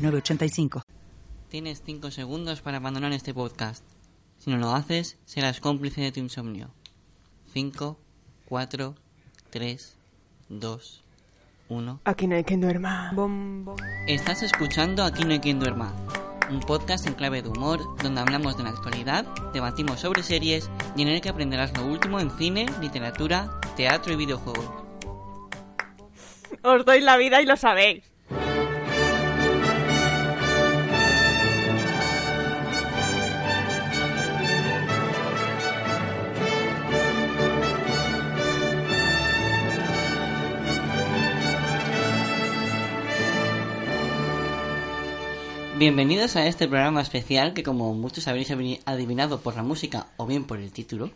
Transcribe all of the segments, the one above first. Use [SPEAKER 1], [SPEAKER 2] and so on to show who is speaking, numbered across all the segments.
[SPEAKER 1] 985.
[SPEAKER 2] Tienes 5 segundos para abandonar este podcast. Si no lo haces, serás cómplice de tu insomnio. 5, 4, 3, 2, 1.
[SPEAKER 3] Aquí no hay quien duerma. Bom, bom.
[SPEAKER 2] Estás escuchando Aquí no hay quien duerma, un podcast en clave de humor donde hablamos de la actualidad, debatimos sobre series y en el que aprenderás lo último en cine, literatura, teatro y videojuegos.
[SPEAKER 3] Os doy la vida y lo sabéis.
[SPEAKER 2] Bienvenidos a este programa especial que como muchos habréis adivinado por la música o bien por el título,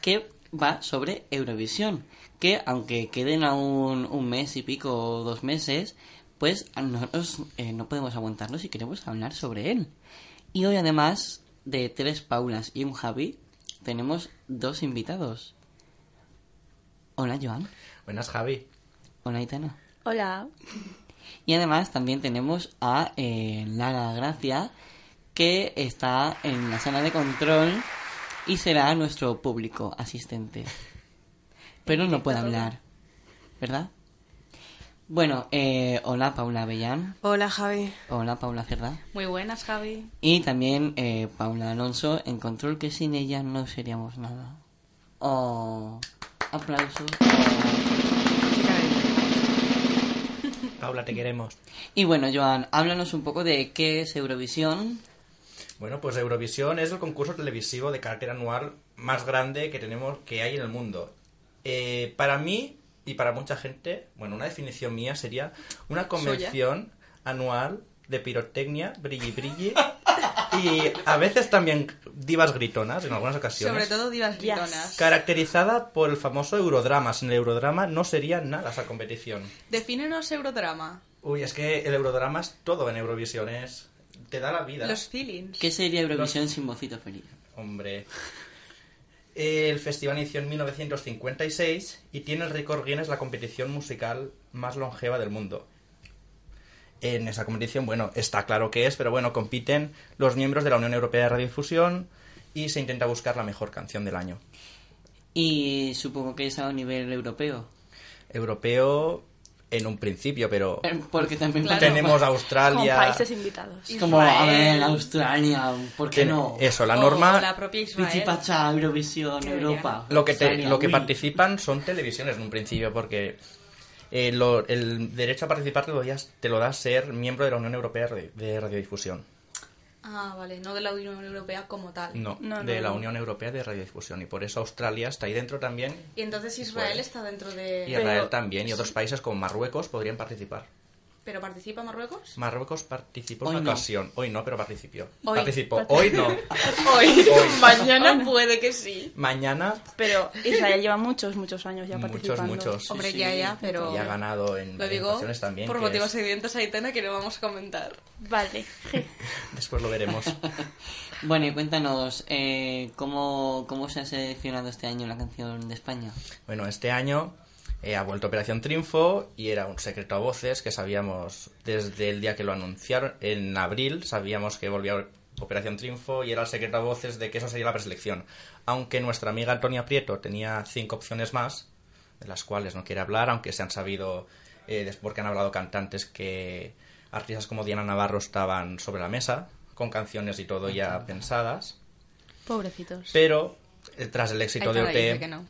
[SPEAKER 2] que va sobre Eurovisión, que aunque queden aún un mes y pico o dos meses, pues nosotros eh, no podemos aguantarnos y queremos hablar sobre él. Y hoy además de tres Paulas y un Javi, tenemos dos invitados. Hola Joan.
[SPEAKER 4] Buenas Javi.
[SPEAKER 2] Hola Itana.
[SPEAKER 5] Hola.
[SPEAKER 2] Y además también tenemos a eh, Lara Gracia, que está en la sala de control y será nuestro público asistente. Pero no puede hablar, ¿verdad? Bueno, eh, hola Paula Bellán.
[SPEAKER 3] Hola Javi.
[SPEAKER 2] Hola Paula Cerda.
[SPEAKER 5] Muy buenas, Javi.
[SPEAKER 2] Y también eh, Paula Alonso en control, que sin ella no seríamos nada. Oh, aplausos.
[SPEAKER 4] Paula, te queremos.
[SPEAKER 2] Y bueno, Joan, háblanos un poco de qué es Eurovisión.
[SPEAKER 4] Bueno, pues Eurovisión es el concurso televisivo de carácter anual más grande que tenemos que hay en el mundo. Eh, para mí y para mucha gente, bueno, una definición mía sería una convención anual de pirotecnia, brilli brilli y a veces también divas gritonas en algunas ocasiones.
[SPEAKER 5] Sobre todo divas gritonas.
[SPEAKER 4] Caracterizada por el famoso eurodrama. Sin el eurodrama no sería nada esa competición.
[SPEAKER 5] Defínenos eurodrama.
[SPEAKER 4] Uy, es que el eurodrama es todo en Eurovisión, es... Te da la vida.
[SPEAKER 5] Los feelings.
[SPEAKER 2] ¿Qué sería Eurovisión sin mocito feliz?
[SPEAKER 4] Hombre... El festival inició en 1956 y tiene el récord Guinness la competición musical más longeva del mundo en esa competición, bueno, está claro que es, pero bueno, compiten los miembros de la Unión Europea de Radiodifusión y se intenta buscar la mejor canción del año.
[SPEAKER 2] Y supongo que es a nivel europeo.
[SPEAKER 4] Europeo en un principio, pero
[SPEAKER 2] porque también
[SPEAKER 5] Claro.
[SPEAKER 4] tenemos Australia.
[SPEAKER 6] Con países invitados.
[SPEAKER 2] es como a ver Australia, ¿por qué
[SPEAKER 4] ten-
[SPEAKER 2] no?
[SPEAKER 4] Eso, la
[SPEAKER 5] O
[SPEAKER 4] norma.
[SPEAKER 5] La propia Israel.
[SPEAKER 2] Pichipacha, Eurovisión, Europa.
[SPEAKER 4] Lo que, te-
[SPEAKER 2] Australia,
[SPEAKER 4] lo que
[SPEAKER 2] uy.
[SPEAKER 4] participan son televisiones en un principio, porque eh, lo- el derecho a participar te lo, das- te lo da ser miembro de la Unión Europea de, de Radiodifusión.
[SPEAKER 5] Ah, vale, no de la Unión Europea como tal.
[SPEAKER 4] No,
[SPEAKER 6] No,
[SPEAKER 4] de
[SPEAKER 6] no,
[SPEAKER 4] la
[SPEAKER 6] no.
[SPEAKER 4] Unión Europea de Radiodifusión. Y por eso Australia está ahí dentro también
[SPEAKER 5] Y entonces Israel
[SPEAKER 4] Bueno.
[SPEAKER 5] está dentro
[SPEAKER 4] Y
[SPEAKER 5] de...
[SPEAKER 6] Pero-
[SPEAKER 4] Pues Israel también, y otros países como Marruecos podrían participar.
[SPEAKER 5] ¿Pero participa Marruecos?
[SPEAKER 4] Marruecos participó
[SPEAKER 2] Hoy
[SPEAKER 4] en una
[SPEAKER 2] no.
[SPEAKER 4] ocasión. Hoy no, pero participó.
[SPEAKER 5] Hoy.
[SPEAKER 4] Participó. Hoy no.
[SPEAKER 6] Hoy,
[SPEAKER 4] Hoy.
[SPEAKER 6] mañana.
[SPEAKER 5] puede que sí.
[SPEAKER 4] Mañana,
[SPEAKER 6] Pero Israel lleva muchos, muchos años ya
[SPEAKER 4] muchos,
[SPEAKER 6] participando.
[SPEAKER 4] muchos.
[SPEAKER 5] Hombre,
[SPEAKER 2] sí.
[SPEAKER 5] ya, ya, pero...
[SPEAKER 4] Y ha ganado en
[SPEAKER 5] Lo
[SPEAKER 4] en
[SPEAKER 5] digo
[SPEAKER 4] ocasiones también.
[SPEAKER 5] por
[SPEAKER 4] que es-
[SPEAKER 5] motivos evidentes a Itana que no vamos a comentar.
[SPEAKER 6] Vale.
[SPEAKER 4] Después lo veremos.
[SPEAKER 2] Bueno, y cuéntanos, eh, ¿cómo, ¿cómo se ha seleccionado este año la canción de España?
[SPEAKER 4] Bueno, este año eh, ha vuelto Operación Triunfo y era un secreto a voces que sabíamos desde el día que lo anunciaron, en abril, sabíamos que volvía Operación Triunfo y era el secreto a voces de que eso sería la preselección. Aunque nuestra amiga Antonia Prieto tenía cinco opciones más, de las cuales no quiere hablar, aunque se han sabido, eh, des- porque han hablado cantantes que artistas como Diana Navarro estaban sobre la mesa, con canciones y todo ya pensadas.
[SPEAKER 5] Pobrecitos.
[SPEAKER 4] Pero eh, tras el éxito de
[SPEAKER 5] Aitana
[SPEAKER 4] OT,
[SPEAKER 5] dice que no.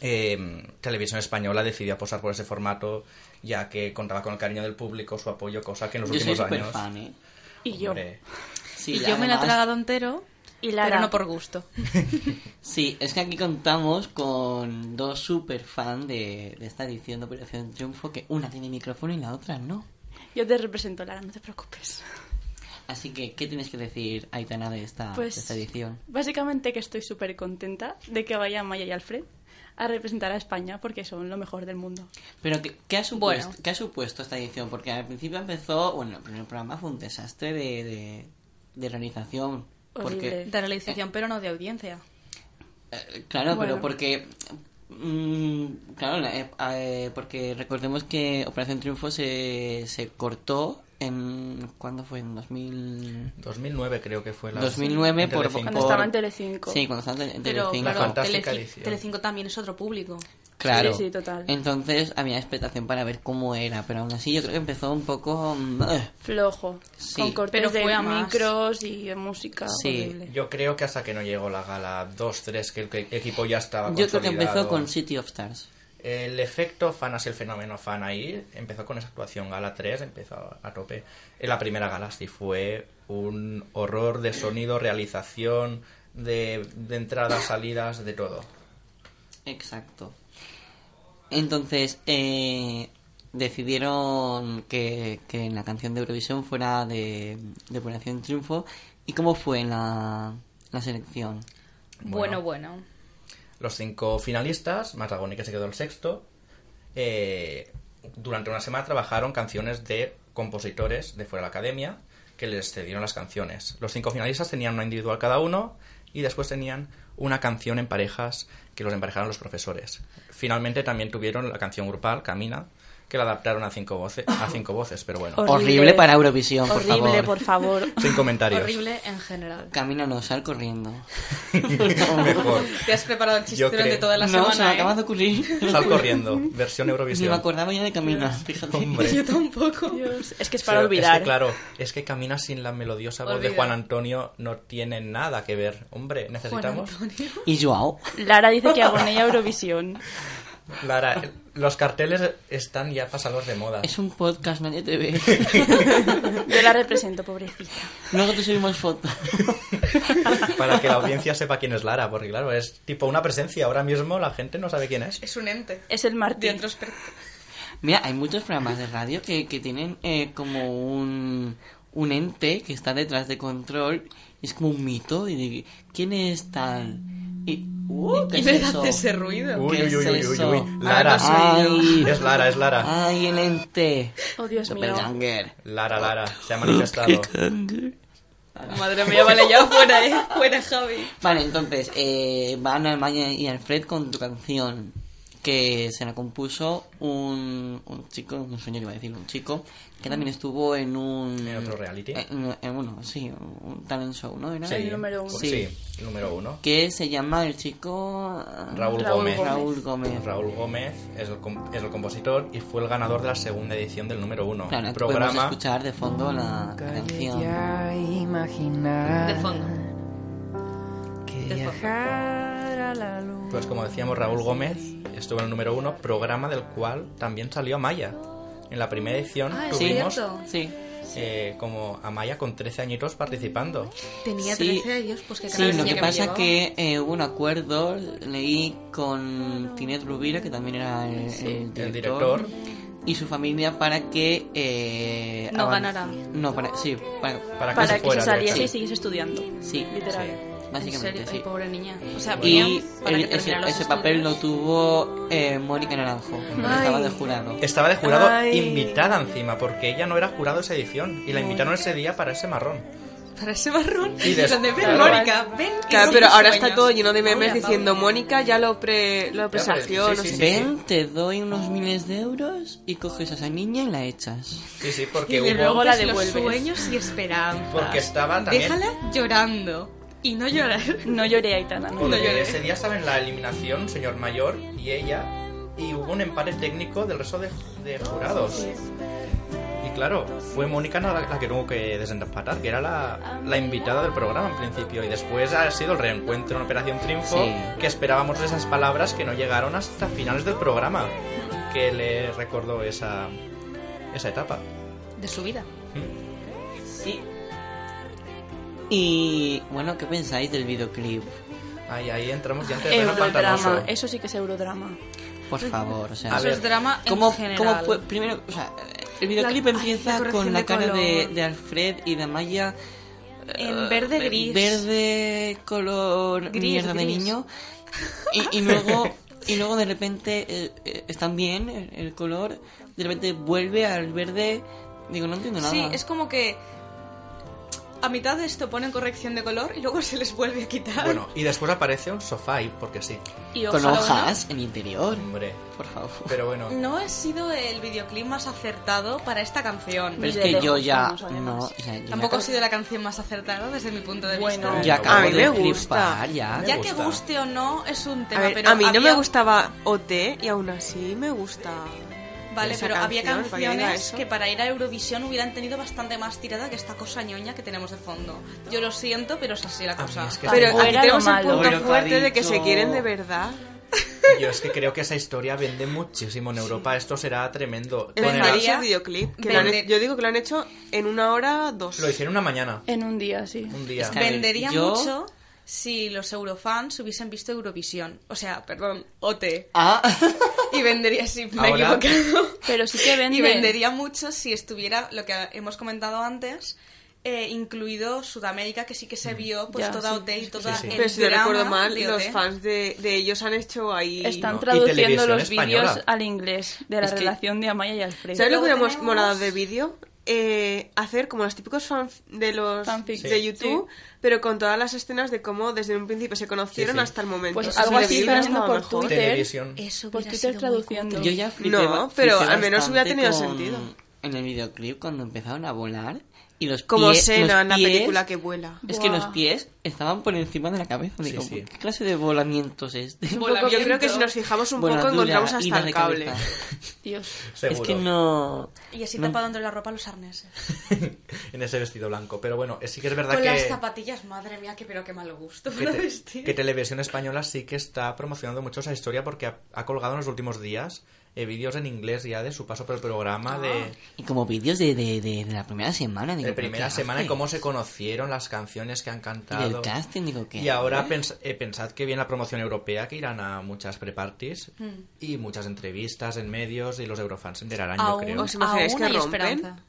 [SPEAKER 4] eh, Televisión Española decidió apostar por ese formato, ya que contaba con el cariño del público, su apoyo, cosa que en los
[SPEAKER 2] Yo soy
[SPEAKER 4] últimos
[SPEAKER 2] súper
[SPEAKER 4] años.
[SPEAKER 2] fan, ¿eh?
[SPEAKER 6] Y yo.
[SPEAKER 4] Hombre,
[SPEAKER 2] Sí,
[SPEAKER 5] y yo me la he
[SPEAKER 2] además-
[SPEAKER 5] tragado entero,
[SPEAKER 6] Y Lara.
[SPEAKER 5] pero no por gusto.
[SPEAKER 2] Sí, es que aquí contamos con dos super fan de, de esta edición de Operación Triunfo, que una tiene micrófono y la otra no.
[SPEAKER 6] Yo te represento, Lara, no te preocupes.
[SPEAKER 2] Así que, ¿qué tienes que decir, Aitana, de esta,
[SPEAKER 6] Pues
[SPEAKER 2] de Ah, esta edición?
[SPEAKER 6] básicamente que estoy súper contenta de que vayan Maya y Alfred a representar a España porque son lo mejor del mundo.
[SPEAKER 2] Pero, ¿qué, qué ha supuesto,
[SPEAKER 6] Bueno.
[SPEAKER 2] qué ha supuesto esta edición? Porque al principio empezó, bueno, el primer programa fue un desastre de, de, de realización. Porque,
[SPEAKER 6] Horrible.
[SPEAKER 5] De realización, pero no de audiencia.
[SPEAKER 2] eh, claro, pero
[SPEAKER 6] Bueno.
[SPEAKER 2] porque... mm, claro, la- eh, eh, porque recordemos que Operación Triunfo se, se cortó en... ¿Cuándo fue? En 2000...
[SPEAKER 4] 2009 creo que fue la
[SPEAKER 2] 2009
[SPEAKER 4] en
[SPEAKER 2] por-
[SPEAKER 4] Telecinco.
[SPEAKER 6] Cuando
[SPEAKER 2] por-
[SPEAKER 6] estaba en Telecinco.
[SPEAKER 2] Sí, cuando estaba en
[SPEAKER 5] Pero
[SPEAKER 2] Telecinco.
[SPEAKER 5] claro,
[SPEAKER 4] fantástica
[SPEAKER 5] Teleci-
[SPEAKER 4] edición.
[SPEAKER 5] Telecinco también es otro público.
[SPEAKER 2] Claro.
[SPEAKER 6] Sí, sí, total.
[SPEAKER 2] Entonces había expectación para ver cómo era, pero aún así yo creo que empezó un poco... mm, ugh.
[SPEAKER 6] Flojo.
[SPEAKER 2] Sí,
[SPEAKER 6] con cortes
[SPEAKER 5] pero fue
[SPEAKER 6] de
[SPEAKER 5] a más.
[SPEAKER 6] micros y de música.
[SPEAKER 2] Sí.
[SPEAKER 6] horrible.
[SPEAKER 4] Yo creo que hasta que no llegó la gala 2-3, que el que- equipo ya estaba
[SPEAKER 2] Yo creo que
[SPEAKER 4] consolidado.
[SPEAKER 2] empezó con City of Stars.
[SPEAKER 4] El efecto fan, así el fenómeno fan ahí, empezó con esa actuación gala 3, empezó a tope. En la primera gala sí fue un horror de sonido, realización, de, de entradas, salidas, de todo.
[SPEAKER 2] Exacto. Entonces, eh, decidieron que, que en la canción de Eurovisión fuera de, de Operación Triunfo. ¿Y cómo fue la, la selección?
[SPEAKER 4] Bueno.
[SPEAKER 5] Bueno, bueno.
[SPEAKER 4] Los cinco finalistas, Matagoni que se quedó el sexto, eh, durante una semana trabajaron canciones de compositores de fuera de la academia que les cedieron las canciones. Los cinco finalistas tenían una individual cada uno y después tenían una canción en parejas que los emparejaron los profesores. Finalmente también tuvieron la canción grupal, Camina, que la adaptaron a cinco, voce- a cinco voces, pero bueno,
[SPEAKER 6] Horrible.
[SPEAKER 2] Horrible para Eurovisión, por
[SPEAKER 6] Horrible,
[SPEAKER 2] favor.
[SPEAKER 6] por favor.
[SPEAKER 4] sin comentarios.
[SPEAKER 5] Horrible en general.
[SPEAKER 2] Camina, no, sal corriendo.
[SPEAKER 4] Mejor.
[SPEAKER 5] Te has preparado el chiste
[SPEAKER 4] Yo
[SPEAKER 5] durante
[SPEAKER 4] creo-
[SPEAKER 5] toda la
[SPEAKER 2] no,
[SPEAKER 5] semana.
[SPEAKER 2] se me
[SPEAKER 5] ¿eh?
[SPEAKER 2] acaba de ocurrir.
[SPEAKER 4] Sal corriendo, versión
[SPEAKER 2] Ni
[SPEAKER 4] Eurovisión.
[SPEAKER 2] me acordaba yo de Camina, fíjate.
[SPEAKER 4] Hombre.
[SPEAKER 5] Yo tampoco.
[SPEAKER 6] Dios, Es que es para
[SPEAKER 4] Pero
[SPEAKER 6] olvidar.
[SPEAKER 4] Es que, claro, es que Camina sin la melodiosa voz de
[SPEAKER 5] Olvidar.
[SPEAKER 4] Juan Antonio no tiene nada que ver. Hombre, necesitamos.
[SPEAKER 2] Y Joao.
[SPEAKER 6] Lara dice que agonía Eurovisión.
[SPEAKER 4] Lara, los carteles están ya pasados de moda.
[SPEAKER 2] Es un podcast, nadie te ve.
[SPEAKER 6] Yo la represento, pobrecita.
[SPEAKER 2] Luego te subimos fotos.
[SPEAKER 4] Para que la audiencia sepa quién es Lara, porque claro, es tipo una presencia. Ahora mismo la gente no sabe quién es.
[SPEAKER 5] Es un ente.
[SPEAKER 6] Es el
[SPEAKER 5] De
[SPEAKER 6] Martín.
[SPEAKER 5] introspecto.
[SPEAKER 2] Mira, hay muchos programas de radio que, que tienen eh, como un, un ente que está detrás de control. Y es como un mito. Y de, ¿Quién es tal? Y, uh, ¿qué
[SPEAKER 5] ¿Y
[SPEAKER 2] es
[SPEAKER 5] verdad
[SPEAKER 2] eso?
[SPEAKER 5] ese ruido?
[SPEAKER 4] Uy,
[SPEAKER 2] ¿Qué
[SPEAKER 4] uy,
[SPEAKER 2] es
[SPEAKER 4] uy, uy, uy,
[SPEAKER 2] eso?
[SPEAKER 4] uy. Lara,
[SPEAKER 2] Ah, no soy yo.
[SPEAKER 4] es Lara, es Lara.
[SPEAKER 2] ¡Ay, el ente!
[SPEAKER 6] Oh, Dios mío.
[SPEAKER 2] Doppelganger.
[SPEAKER 4] Lara, Lara, se ha manifestado.
[SPEAKER 2] Doppelganger.
[SPEAKER 7] Uh.
[SPEAKER 5] Madre mía, vale, ya fuera, eh. Fuera, Javi.
[SPEAKER 2] Vale, entonces, eh, van Almaya y Alfred con tu canción, que se la compuso un, un chico, un sueño que iba a decir, un chico, que también estuvo en un...
[SPEAKER 4] Mm. ¿En otro reality?
[SPEAKER 2] En, en uno, sí, un talent show, ¿no? ¿Era?
[SPEAKER 4] Sí,
[SPEAKER 6] El número uno.
[SPEAKER 4] Sí, el número uno.
[SPEAKER 2] Que se llama el chico... ah,
[SPEAKER 4] Raúl,
[SPEAKER 6] Raúl
[SPEAKER 4] Gómez.
[SPEAKER 6] Gómez.
[SPEAKER 2] Raúl Gómez.
[SPEAKER 4] Raúl Gómez es el, com- es el compositor y fue el ganador de la segunda edición del número uno.
[SPEAKER 2] Claro,
[SPEAKER 4] Un
[SPEAKER 2] aquí podemos
[SPEAKER 4] programa
[SPEAKER 2] escuchar de fondo
[SPEAKER 4] Mm,
[SPEAKER 2] la canción.
[SPEAKER 8] Ya imaginar
[SPEAKER 2] Ah.
[SPEAKER 5] De fondo.
[SPEAKER 8] que
[SPEAKER 5] de fondo.
[SPEAKER 8] viajar a la luz.
[SPEAKER 4] Pues como decíamos, Raúl Gómez estuvo en el número uno, programa del cual también salió Amaya. En la primera edición
[SPEAKER 5] Ah, es
[SPEAKER 4] tuvimos
[SPEAKER 5] cierto.
[SPEAKER 2] Sí.
[SPEAKER 4] eh, como Amaya con 13 añitos participando.
[SPEAKER 5] Tenía
[SPEAKER 2] Sí.
[SPEAKER 5] 13 años, pues que
[SPEAKER 2] Sí, lo que pasa es que eh, hubo un acuerdo, leí con Tinet Rubira, que también era el, el director,
[SPEAKER 4] El director.
[SPEAKER 2] y su familia para que... eh,
[SPEAKER 5] No
[SPEAKER 2] avan-
[SPEAKER 5] ganara.
[SPEAKER 2] No, para, sí, para,
[SPEAKER 4] Para que
[SPEAKER 6] Para
[SPEAKER 4] se
[SPEAKER 6] que se
[SPEAKER 4] fuera.
[SPEAKER 6] saliese y
[SPEAKER 4] directamente.
[SPEAKER 6] sigues estudiando.
[SPEAKER 2] sí,
[SPEAKER 6] Literal.
[SPEAKER 5] En
[SPEAKER 2] básicamente,
[SPEAKER 5] serio, ay,
[SPEAKER 2] sí.
[SPEAKER 5] pobre niña. O sea,
[SPEAKER 2] Y
[SPEAKER 5] venía
[SPEAKER 2] el-
[SPEAKER 5] para
[SPEAKER 2] ese,
[SPEAKER 5] que terminara los
[SPEAKER 2] ese papel lo
[SPEAKER 5] estudios.
[SPEAKER 2] tuvo eh, Mónica Naranjo, cuando estaba de jurado.
[SPEAKER 4] Estaba de jurado
[SPEAKER 8] Ay.
[SPEAKER 4] invitada encima, porque ella no era jurado esa edición. Y la invitaron ese día para ese marrón.
[SPEAKER 5] Para ese marrón.
[SPEAKER 4] Y
[SPEAKER 5] Y
[SPEAKER 4] des-
[SPEAKER 5] donde ven
[SPEAKER 4] claro.
[SPEAKER 5] Mónica, ven que
[SPEAKER 7] Claro,
[SPEAKER 5] sí
[SPEAKER 7] pero ahora
[SPEAKER 5] sueñas.
[SPEAKER 7] está todo lleno de memes
[SPEAKER 5] Paula,
[SPEAKER 7] diciendo
[SPEAKER 5] Paula.
[SPEAKER 7] Mónica ya lo, pre, lo presagió, pues
[SPEAKER 4] pues, sí,
[SPEAKER 7] no
[SPEAKER 4] sí,
[SPEAKER 7] sé
[SPEAKER 4] sí.
[SPEAKER 7] qué.
[SPEAKER 2] Ven, te doy unos miles de euros y coges a esa niña y la echas.
[SPEAKER 4] Sí, sí, porque
[SPEAKER 5] Y le
[SPEAKER 4] hubo-
[SPEAKER 6] luego la
[SPEAKER 5] rompes
[SPEAKER 6] devuelves.
[SPEAKER 5] Los sueños y esperanzas.
[SPEAKER 4] Porque estaba también...
[SPEAKER 5] Déjala llorando. Y no llorar.
[SPEAKER 6] No lloré, Aitana. no.
[SPEAKER 4] Porque
[SPEAKER 5] No lloré.
[SPEAKER 4] Pues ese día estaba en la eliminación, señor mayor y ella, y hubo un empate técnico del resto de, de jurados. Y claro, fue Mónica la, la que tuvo que desempatar, que era la, la invitada del programa en principio. Y después ha sido el reencuentro en Operación Triunfo,
[SPEAKER 2] Sí.
[SPEAKER 4] que esperábamos esas palabras que no llegaron hasta finales del programa, que le recordó esa, esa etapa.
[SPEAKER 5] De su vida.
[SPEAKER 2] Sí. Y bueno, ¿qué pensáis del videoclip?
[SPEAKER 4] Ahí, ahí entramos ya en terreno
[SPEAKER 6] Eurodrama.
[SPEAKER 4] pantanoso.
[SPEAKER 6] Eso sí que es eurodrama.
[SPEAKER 2] Por favor, o sea,
[SPEAKER 4] A
[SPEAKER 5] Eso
[SPEAKER 4] ver,
[SPEAKER 5] es drama en
[SPEAKER 2] ¿cómo,
[SPEAKER 5] general.
[SPEAKER 2] cómo fue? Primero, o sea, eh, El videoclip
[SPEAKER 7] La- ay,
[SPEAKER 2] empieza
[SPEAKER 7] la corrección
[SPEAKER 2] con la
[SPEAKER 7] de
[SPEAKER 2] cara de,
[SPEAKER 7] color.
[SPEAKER 2] de Alfred y de Amaya.
[SPEAKER 6] En
[SPEAKER 2] eh,
[SPEAKER 6] verde
[SPEAKER 2] de-
[SPEAKER 6] gris.
[SPEAKER 2] Verde color
[SPEAKER 6] Gris,
[SPEAKER 2] mierda de
[SPEAKER 6] gris.
[SPEAKER 2] niño. Y, y luego y luego de repente eh, eh, están bien el, el color. De repente vuelve al verde. Digo, no entiendo nada.
[SPEAKER 5] Sí, es como que a mitad de esto ponen corrección de color y luego se les vuelve a quitar.
[SPEAKER 4] Bueno, y después aparece un sofá ahí, porque sí.
[SPEAKER 5] y
[SPEAKER 2] con
[SPEAKER 5] ojalá
[SPEAKER 2] hojas en interior.
[SPEAKER 4] Hombre.
[SPEAKER 2] Por favor.
[SPEAKER 4] Pero bueno,
[SPEAKER 5] una- No he sido el videoclip más acertado para esta canción.
[SPEAKER 7] Pues
[SPEAKER 2] Pero es
[SPEAKER 6] de
[SPEAKER 2] que yo
[SPEAKER 6] lejos
[SPEAKER 2] ya.
[SPEAKER 6] vamos, además.
[SPEAKER 2] No, o sea, yo ya
[SPEAKER 5] Tampoco
[SPEAKER 2] acabo-
[SPEAKER 5] ha sido la canción más acertada desde mi punto de
[SPEAKER 6] Bueno.
[SPEAKER 5] vista.
[SPEAKER 2] Ya
[SPEAKER 4] No,
[SPEAKER 2] acabo
[SPEAKER 4] a mí
[SPEAKER 2] de
[SPEAKER 7] me gusta.
[SPEAKER 2] flipar, ya.
[SPEAKER 5] Ya
[SPEAKER 4] Me
[SPEAKER 5] que
[SPEAKER 4] gusta.
[SPEAKER 5] guste o no es un
[SPEAKER 7] A
[SPEAKER 5] tema,
[SPEAKER 7] ver,
[SPEAKER 5] pero
[SPEAKER 7] a mí no me
[SPEAKER 5] había-
[SPEAKER 7] gustaba OT y aún así me gusta.
[SPEAKER 5] Vale,
[SPEAKER 7] esa
[SPEAKER 5] pero había
[SPEAKER 7] canción, para que diga
[SPEAKER 5] canciones
[SPEAKER 7] eso.
[SPEAKER 5] que para ir a Eurovisión hubieran tenido bastante más tirada que esta cosa ñoña que tenemos de fondo. Yo lo siento, pero es así la
[SPEAKER 4] mí
[SPEAKER 5] cosa.
[SPEAKER 4] es que-
[SPEAKER 7] Pero
[SPEAKER 6] Tampoco
[SPEAKER 7] aquí
[SPEAKER 6] era lo
[SPEAKER 7] tenemos un
[SPEAKER 6] malo.
[SPEAKER 7] punto
[SPEAKER 2] Pero te ha
[SPEAKER 7] fuerte de que
[SPEAKER 2] dicho-
[SPEAKER 7] se quieren de verdad.
[SPEAKER 4] yo es que creo que esa historia vende muchísimo en Europa. Esto será tremendo.
[SPEAKER 7] El
[SPEAKER 4] Con el-
[SPEAKER 5] María-
[SPEAKER 7] famoso videoclip. que lo han-
[SPEAKER 5] Vender-
[SPEAKER 7] yo digo que lo han hecho en una hora dos.
[SPEAKER 4] Lo hicieron una mañana,
[SPEAKER 6] En un día, sí.
[SPEAKER 4] un día.
[SPEAKER 2] Es que- A ver,
[SPEAKER 5] Vendería
[SPEAKER 2] yo-
[SPEAKER 5] mucho si los eurofans hubiesen visto Eurovisión. O sea, perdón, OT.
[SPEAKER 2] Ah.
[SPEAKER 5] Y vendería, si me he
[SPEAKER 4] Ahora-
[SPEAKER 5] equivocado.
[SPEAKER 6] Pero sí que vende.
[SPEAKER 5] Y vendería mucho si estuviera lo que hemos comentado antes, eh, incluido Sudamérica, que sí que se vio pues
[SPEAKER 6] Ya,
[SPEAKER 5] toda
[SPEAKER 6] sí,
[SPEAKER 5] OT y toda
[SPEAKER 4] sí.
[SPEAKER 5] el
[SPEAKER 7] Pero si no
[SPEAKER 5] drama
[SPEAKER 7] recuerdo mal,
[SPEAKER 5] de
[SPEAKER 7] los
[SPEAKER 5] OT.
[SPEAKER 7] fans de, de ellos han hecho ahí...
[SPEAKER 6] Están
[SPEAKER 4] No, y
[SPEAKER 6] traduciendo
[SPEAKER 4] televisión
[SPEAKER 6] los vídeos
[SPEAKER 4] española.
[SPEAKER 6] al inglés de la
[SPEAKER 2] Es que-
[SPEAKER 6] relación de Amaya y Alfred.
[SPEAKER 7] ¿Sabes lo que
[SPEAKER 5] Luego
[SPEAKER 7] hubiéramos
[SPEAKER 5] tenemos-
[SPEAKER 7] molado de vídeo? Eh, hacer como los típicos fan de los
[SPEAKER 6] Fanfic.
[SPEAKER 7] de
[SPEAKER 6] Sí.
[SPEAKER 7] YouTube, pero con todas las escenas de cómo desde un principio se conocieron
[SPEAKER 4] Sí, sí.
[SPEAKER 7] hasta el momento.
[SPEAKER 6] Pues
[SPEAKER 7] Eso
[SPEAKER 6] algo
[SPEAKER 7] hubiera
[SPEAKER 6] así
[SPEAKER 7] sido
[SPEAKER 6] están haciendo
[SPEAKER 7] hasta
[SPEAKER 6] por
[SPEAKER 7] mejor.
[SPEAKER 6] Twitter.
[SPEAKER 4] Televisión.
[SPEAKER 5] Eso
[SPEAKER 6] Por
[SPEAKER 5] hubiera
[SPEAKER 6] Twitter
[SPEAKER 5] sido muy
[SPEAKER 6] traduciendo.
[SPEAKER 5] cutre.
[SPEAKER 2] Yo ya flipé
[SPEAKER 7] No,
[SPEAKER 2] ba-
[SPEAKER 7] pero
[SPEAKER 2] flipé
[SPEAKER 7] al menos hubiera
[SPEAKER 2] bastante
[SPEAKER 7] tenido sentido.
[SPEAKER 2] En el videoclip cuando empezaron a volar y los
[SPEAKER 7] Como
[SPEAKER 2] pies...
[SPEAKER 7] Sena
[SPEAKER 2] los
[SPEAKER 7] en la
[SPEAKER 2] pies-
[SPEAKER 7] película que vuela.
[SPEAKER 2] Es que los
[SPEAKER 6] Buah.
[SPEAKER 2] pies estaban por encima de la cabeza. Digo,
[SPEAKER 4] sí.
[SPEAKER 2] ¿qué clase de volamientos es este?
[SPEAKER 7] Un poco- yo creo que si nos fijamos un poco
[SPEAKER 2] Voladura,
[SPEAKER 7] encontramos
[SPEAKER 2] ida
[SPEAKER 7] hasta
[SPEAKER 2] de
[SPEAKER 7] el cable.
[SPEAKER 2] cabeza.
[SPEAKER 6] Dios.
[SPEAKER 4] Seguro.
[SPEAKER 2] Es que no...
[SPEAKER 5] Y así
[SPEAKER 2] no-
[SPEAKER 5] tapado entre la ropa los arneses.
[SPEAKER 4] en ese vestido blanco. Pero bueno, eh, sí que es verdad
[SPEAKER 5] Con las
[SPEAKER 4] que,
[SPEAKER 5] zapatillas, madre mía, que pero qué mal gusto Este.
[SPEAKER 4] que,
[SPEAKER 5] para
[SPEAKER 4] te-
[SPEAKER 5] vestir.
[SPEAKER 4] que Televisión Española sí que está promocionando mucho esa historia porque ha, ha colgado en los últimos días eh, vídeos en inglés ya de su paso por el programa,
[SPEAKER 5] Ah.
[SPEAKER 4] de,
[SPEAKER 2] Y como vídeos de, de, de, de la primera semana. Digo,
[SPEAKER 4] de primera semana y
[SPEAKER 2] y
[SPEAKER 4] cómo se conocieron, las canciones que han
[SPEAKER 2] Y
[SPEAKER 4] cantado.
[SPEAKER 2] el casting, digo, ¿qué
[SPEAKER 4] Y ahora
[SPEAKER 2] hace?
[SPEAKER 4] pens- eh, pensad que viene la promoción europea, que irán a muchas pre-parties
[SPEAKER 2] Mm.
[SPEAKER 4] y muchas entrevistas en medios y los eurofans se enterarán, yo
[SPEAKER 5] Aún,
[SPEAKER 4] creo.
[SPEAKER 7] ¿Os imagináis
[SPEAKER 5] aún
[SPEAKER 7] que
[SPEAKER 5] hay
[SPEAKER 7] rompen?
[SPEAKER 5] esperanza.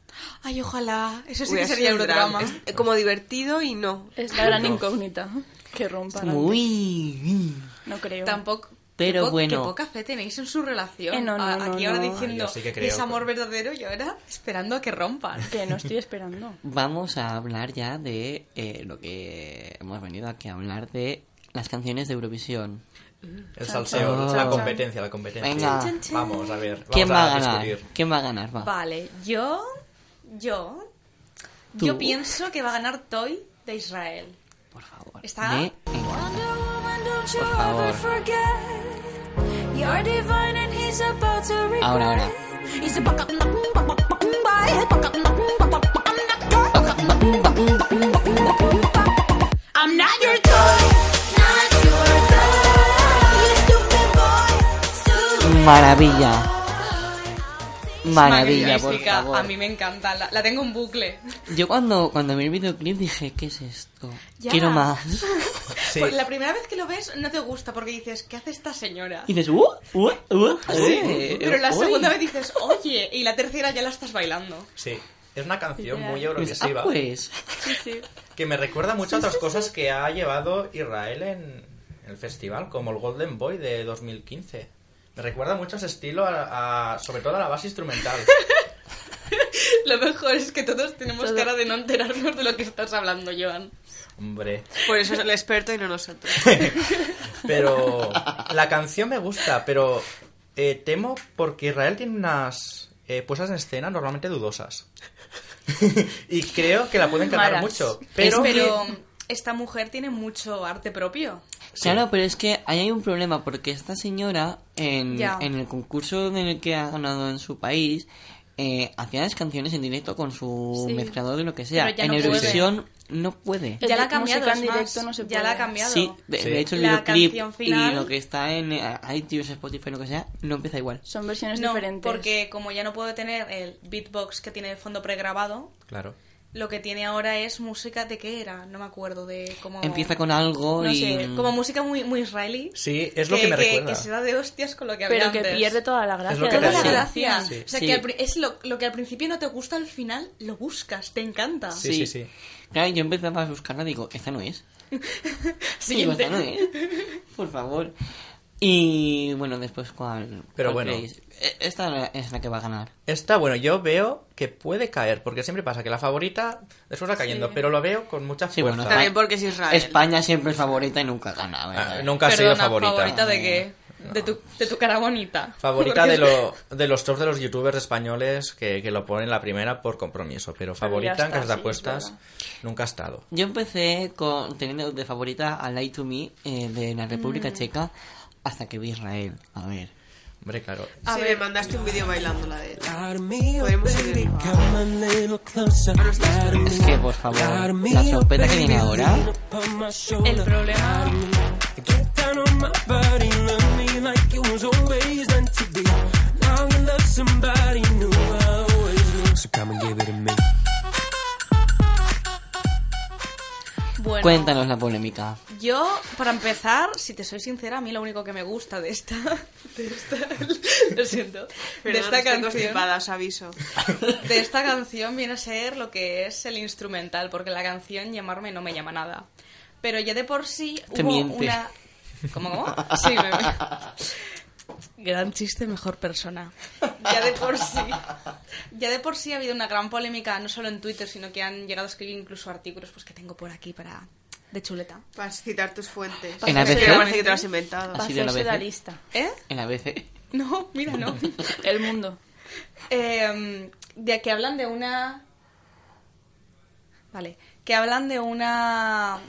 [SPEAKER 5] Ay, ojalá. Eso sí
[SPEAKER 7] Hubiera
[SPEAKER 5] que sería
[SPEAKER 7] sido un
[SPEAKER 5] Eurodrama.
[SPEAKER 7] drama. Es como divertido y no.
[SPEAKER 6] Es la gran
[SPEAKER 4] Uf.
[SPEAKER 6] incógnita. Que rompa.
[SPEAKER 2] Muy...
[SPEAKER 6] No creo.
[SPEAKER 5] Tampoco.
[SPEAKER 2] Pero
[SPEAKER 5] qué po-
[SPEAKER 2] bueno.
[SPEAKER 5] Qué poca fe tenéis en su relación.
[SPEAKER 6] Eh, no, no,
[SPEAKER 5] A-
[SPEAKER 6] no,
[SPEAKER 5] Aquí
[SPEAKER 6] no.
[SPEAKER 5] ahora
[SPEAKER 6] Ah,
[SPEAKER 5] diciendo
[SPEAKER 4] yo sí que
[SPEAKER 5] que,
[SPEAKER 4] creo
[SPEAKER 5] es
[SPEAKER 4] que-
[SPEAKER 5] amor verdadero y ahora esperando a que rompan.
[SPEAKER 6] Que no estoy esperando.
[SPEAKER 2] Vamos a hablar ya de eh, lo que hemos venido aquí a hablar de las canciones de Eurovisión.
[SPEAKER 4] El salseo,
[SPEAKER 2] chan,
[SPEAKER 4] la
[SPEAKER 2] chan.
[SPEAKER 4] competencia, la competencia.
[SPEAKER 2] Venga. Chan,
[SPEAKER 4] Vamos a ver, vamos
[SPEAKER 2] ¿Quién va a ganar?
[SPEAKER 4] discutir.
[SPEAKER 2] ¿Quién va a ganar? Va.
[SPEAKER 5] Vale, yo. Yo.
[SPEAKER 2] Tú.
[SPEAKER 5] Yo pienso que va a ganar Toy de Israel.
[SPEAKER 2] Por favor.
[SPEAKER 5] Está-
[SPEAKER 2] Me encanta.
[SPEAKER 9] Por
[SPEAKER 2] favor. Ahora, ahora.
[SPEAKER 9] I'm not your toy, not your toy, you stupid boy, stupid.
[SPEAKER 2] Maravilla. Maravilla, por
[SPEAKER 5] Magnífica,
[SPEAKER 2] favor.
[SPEAKER 5] A mí me encanta. La, la tengo en bucle.
[SPEAKER 2] Yo cuando, cuando vi el videoclip dije, ¿qué es esto?
[SPEAKER 5] Ya.
[SPEAKER 2] Quiero más.
[SPEAKER 4] Sí.
[SPEAKER 5] Pues la primera vez que lo ves no te gusta porque dices, ¿qué hace esta señora?
[SPEAKER 2] Y dices, ¡uh! ¡uh! ¡uh! eh,
[SPEAKER 5] Ah, Pero la
[SPEAKER 2] uy".
[SPEAKER 5] segunda vez dices, oye, y la tercera ya la estás bailando.
[SPEAKER 4] Sí, es una canción muy
[SPEAKER 2] Dices, Ah,
[SPEAKER 4] eurovisiva
[SPEAKER 2] pues.
[SPEAKER 6] Sí, sí.
[SPEAKER 4] que me recuerda mucho a otras cosas que ha llevado Israel en el festival, como el Golden Boy de 2015. Me recuerda mucho ese estilo, a- a- sobre todo a la base instrumental.
[SPEAKER 5] Lo mejor es que todos tenemos
[SPEAKER 6] Todo.
[SPEAKER 5] cara de no enterarnos de lo que estás hablando, Joan.
[SPEAKER 4] Hombre.
[SPEAKER 7] Por eso es el experto y no nosotros.
[SPEAKER 4] Pero la canción me gusta, pero eh, temo porque Israel tiene unas eh, puestas en escena normalmente dudosas. y creo que la pueden cantar
[SPEAKER 6] Malas.
[SPEAKER 4] mucho.
[SPEAKER 5] Pero,
[SPEAKER 4] Pero,
[SPEAKER 5] esta mujer tiene mucho arte propio.
[SPEAKER 2] Claro, pero es que ahí hay un problema porque esta señora en,
[SPEAKER 5] Ya.
[SPEAKER 2] en el concurso en el que ha ganado en su país eh, hacía las canciones en directo con su
[SPEAKER 6] Sí.
[SPEAKER 2] mezclador y lo que sea.
[SPEAKER 5] Pero ya
[SPEAKER 2] en
[SPEAKER 5] no
[SPEAKER 2] Eurovisión no puede.
[SPEAKER 6] El
[SPEAKER 5] ya la ha
[SPEAKER 6] de música
[SPEAKER 5] cambiado.
[SPEAKER 6] en
[SPEAKER 5] es más,
[SPEAKER 6] directo no se
[SPEAKER 5] ya
[SPEAKER 6] puede.
[SPEAKER 5] la ha cambiado.
[SPEAKER 2] Sí, de,
[SPEAKER 4] Sí.
[SPEAKER 2] de hecho el
[SPEAKER 5] La
[SPEAKER 2] videoclip
[SPEAKER 5] canción
[SPEAKER 2] y
[SPEAKER 5] final-
[SPEAKER 2] lo que está en eh, iTunes, Spotify, lo que sea, no empieza igual.
[SPEAKER 6] Son versiones
[SPEAKER 5] No,
[SPEAKER 6] diferentes.
[SPEAKER 5] porque como ya no puedo tener el beatbox que tiene de fondo pregrabado,
[SPEAKER 4] Claro.
[SPEAKER 5] lo que tiene ahora es música de qué era, no me acuerdo de cómo.
[SPEAKER 2] Empieza con algo
[SPEAKER 5] No
[SPEAKER 2] y.
[SPEAKER 5] sé, como música muy, muy israelí.
[SPEAKER 4] Sí, es lo que, me recuerda.
[SPEAKER 5] Que se da de hostias con lo que había
[SPEAKER 6] Pero que
[SPEAKER 5] antes.
[SPEAKER 6] pierde toda la gracia.
[SPEAKER 4] Es lo que
[SPEAKER 5] Toda
[SPEAKER 4] te
[SPEAKER 5] la
[SPEAKER 4] decía.
[SPEAKER 5] gracia.
[SPEAKER 4] Sí.
[SPEAKER 5] O sea,
[SPEAKER 2] Sí.
[SPEAKER 5] que al pri- es lo, lo que al principio no te gusta, al final lo buscas, te encanta.
[SPEAKER 4] Sí, sí, sí.
[SPEAKER 2] Claro, yo empezaba a buscarla y digo, esta no es. Sí, digo, esta no es. Por favor. Y bueno, después, ¿cuál?
[SPEAKER 4] Pero
[SPEAKER 2] cuál
[SPEAKER 4] bueno.
[SPEAKER 2] creéis? E- Esta es la que va a ganar.
[SPEAKER 4] Está bueno, yo veo que puede caer, porque siempre pasa que la favorita después va cayendo, pero lo veo con mucha
[SPEAKER 2] Sí,
[SPEAKER 4] fuerza.
[SPEAKER 2] bueno,
[SPEAKER 7] También porque es Israel.
[SPEAKER 2] España siempre es favorita y nunca gana. ¿verdad?
[SPEAKER 4] Ah, nunca ha sido
[SPEAKER 5] Perdona,
[SPEAKER 4] favorita.
[SPEAKER 5] de qué? De, tu, de tu cara bonita.
[SPEAKER 4] Favorita
[SPEAKER 5] Porque-
[SPEAKER 4] de, lo, de los tops de los youtubers españoles que, que lo ponen la primera por compromiso, pero favorita
[SPEAKER 6] ya
[SPEAKER 4] en
[SPEAKER 6] está,
[SPEAKER 4] casas de
[SPEAKER 6] sí, es
[SPEAKER 4] apuestas
[SPEAKER 6] verdad.
[SPEAKER 4] nunca ha estado.
[SPEAKER 2] Yo empecé con, teniendo de favorita a Light to Me eh, de la República Checa hasta que vi Israel. A ver.
[SPEAKER 4] Hombre, claro.
[SPEAKER 7] A ver, me mandaste un vídeo bailándola de ella. Podemos seguir.
[SPEAKER 2] Es que, por favor, la sorpresa que viene ahora.
[SPEAKER 6] El problema
[SPEAKER 5] Bueno,
[SPEAKER 2] Cuéntanos la polémica.
[SPEAKER 5] Yo, para empezar, si te soy sincera, a mí lo único que me gusta de esta. De esta lo siento.
[SPEAKER 7] Pero
[SPEAKER 5] de esta
[SPEAKER 7] estoy
[SPEAKER 5] canción.
[SPEAKER 7] constipada, os aviso.
[SPEAKER 5] De esta canción viene a ser lo que es el instrumental, porque la canción Llamarme no me llama nada. Pero ya de por sí
[SPEAKER 2] Te
[SPEAKER 5] hubo
[SPEAKER 2] miente.
[SPEAKER 5] una. ¿Cómo, cómo? Sí, me... Gran chiste, mejor persona. Ya de por sí. Ya de por sí ha habido una gran polémica, no solo en Twitter, sino que han llegado a escribir incluso artículos pues, que tengo por aquí para. de chuleta.
[SPEAKER 7] Para citar tus fuentes.
[SPEAKER 2] ¿En ABC?
[SPEAKER 7] Eso ya parece que te lo has inventado.
[SPEAKER 2] ¿Ha
[SPEAKER 6] va a
[SPEAKER 2] sido la
[SPEAKER 6] hacerse la
[SPEAKER 2] ABC?
[SPEAKER 6] lista.
[SPEAKER 5] ¿Eh?
[SPEAKER 2] En la BC.
[SPEAKER 5] No, mira, no.
[SPEAKER 6] El mundo.
[SPEAKER 5] Eh, de que hablan de una. Vale. Que hablan de una.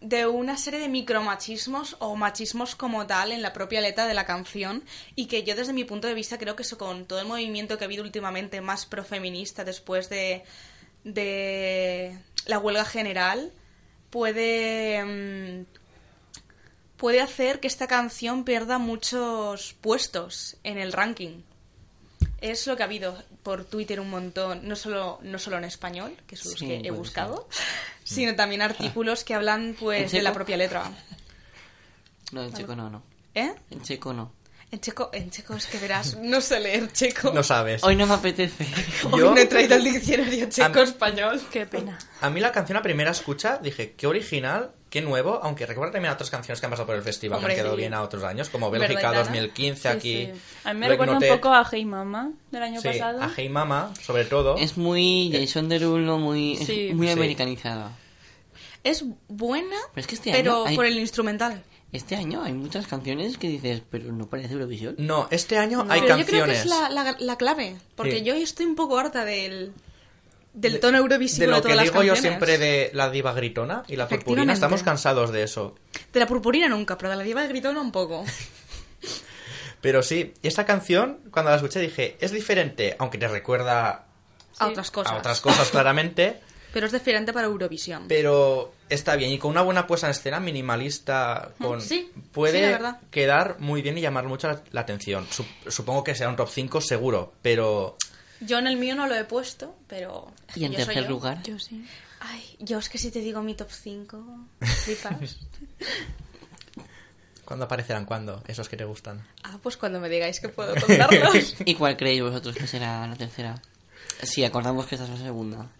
[SPEAKER 5] De una serie de micromachismos o machismos como tal en la propia letra de la canción. Y que yo, desde mi punto de vista, creo que eso con todo el movimiento que ha habido últimamente más profeminista después de. de. la huelga general. puede. mm, puede hacer que esta canción pierda muchos puestos en el ranking. Es lo que ha habido por Twitter un montón, no solo, no solo en español, que es los
[SPEAKER 2] Sí,
[SPEAKER 5] que he
[SPEAKER 2] puede
[SPEAKER 5] buscado, sino también artículos que hablan
[SPEAKER 2] ¿En
[SPEAKER 5] pues de
[SPEAKER 2] checo?
[SPEAKER 5] la propia letra.
[SPEAKER 2] No, en checo no, no.
[SPEAKER 5] ¿Eh?
[SPEAKER 2] En checo no.
[SPEAKER 5] En checo, en checo es que verás, no sé leer checo.
[SPEAKER 4] No sabes.
[SPEAKER 2] Hoy no me apetece.
[SPEAKER 5] Hoy
[SPEAKER 4] Yo-
[SPEAKER 5] no he traído el diccionario
[SPEAKER 4] A mí-
[SPEAKER 5] checo-español.
[SPEAKER 6] Qué pena.
[SPEAKER 4] A mí la canción a primera escucha dije, qué original, qué nuevo, aunque recuerdo también a otras canciones que han pasado por el festival,
[SPEAKER 5] Hombre,
[SPEAKER 4] que han quedado
[SPEAKER 5] sí.
[SPEAKER 4] bien a otros años, como Bélgica
[SPEAKER 5] ¿Verdad, Itana?
[SPEAKER 4] 2015
[SPEAKER 6] Sí,
[SPEAKER 4] aquí.
[SPEAKER 6] sí. A mí me
[SPEAKER 4] Black
[SPEAKER 6] recuerda
[SPEAKER 4] Noted.
[SPEAKER 6] un poco a Hey Mama del año
[SPEAKER 4] Sí,
[SPEAKER 6] pasado.
[SPEAKER 4] a Hey Mama, sobre todo.
[SPEAKER 2] Es muy Jason Derulo, muy, es
[SPEAKER 6] Sí.
[SPEAKER 2] muy
[SPEAKER 4] Sí.
[SPEAKER 2] americanizada.
[SPEAKER 5] Es buena,
[SPEAKER 2] Pero es que este
[SPEAKER 5] pero
[SPEAKER 2] año hay-
[SPEAKER 5] por el instrumental.
[SPEAKER 2] Este año hay muchas canciones que dices, pero no parece Eurovisión.
[SPEAKER 4] No, este año hay
[SPEAKER 5] Pero
[SPEAKER 4] canciones.
[SPEAKER 5] yo creo que es la, la- la clave, porque
[SPEAKER 4] Sí.
[SPEAKER 5] yo estoy un poco harta del, del tono eurovisivo de,
[SPEAKER 4] de lo que
[SPEAKER 5] todas las
[SPEAKER 4] digo yo
[SPEAKER 5] canciones.
[SPEAKER 4] siempre de la diva gritona y la purpurina,
[SPEAKER 5] Efectivamente.
[SPEAKER 4] estamos cansados de eso.
[SPEAKER 5] De la purpurina nunca, pero de la diva del gritona un poco.
[SPEAKER 4] Pero sí, esta canción, cuando la escuché dije, es diferente, aunque te recuerda
[SPEAKER 5] A otras cosas.
[SPEAKER 4] a otras cosas claramente,
[SPEAKER 5] Pero es diferente para Eurovisión.
[SPEAKER 4] pero está bien. Y con una buena puesta en escena, minimalista, con,
[SPEAKER 5] sí, sí, la
[SPEAKER 4] puede
[SPEAKER 5] verdad.
[SPEAKER 4] quedar muy bien y llamar mucho la, la atención. Sup- Supongo que será un top 5 seguro, pero
[SPEAKER 5] Yo en el mío no lo he puesto, pero. es que
[SPEAKER 2] Y en
[SPEAKER 5] yo soy
[SPEAKER 2] tercer
[SPEAKER 5] yo.
[SPEAKER 2] lugar,
[SPEAKER 6] Yo sí.
[SPEAKER 5] Ay, yo es que si te digo mi top 5,
[SPEAKER 4] Pues
[SPEAKER 5] flipas.
[SPEAKER 4] ¿cuándo aparecerán? ¿Cuándo? Esos que te gustan.
[SPEAKER 5] ah, pues cuando me digáis que puedo contarlos.
[SPEAKER 2] ¿Y cuál creéis vosotros que será la tercera? Si acordamos que esta es la segunda.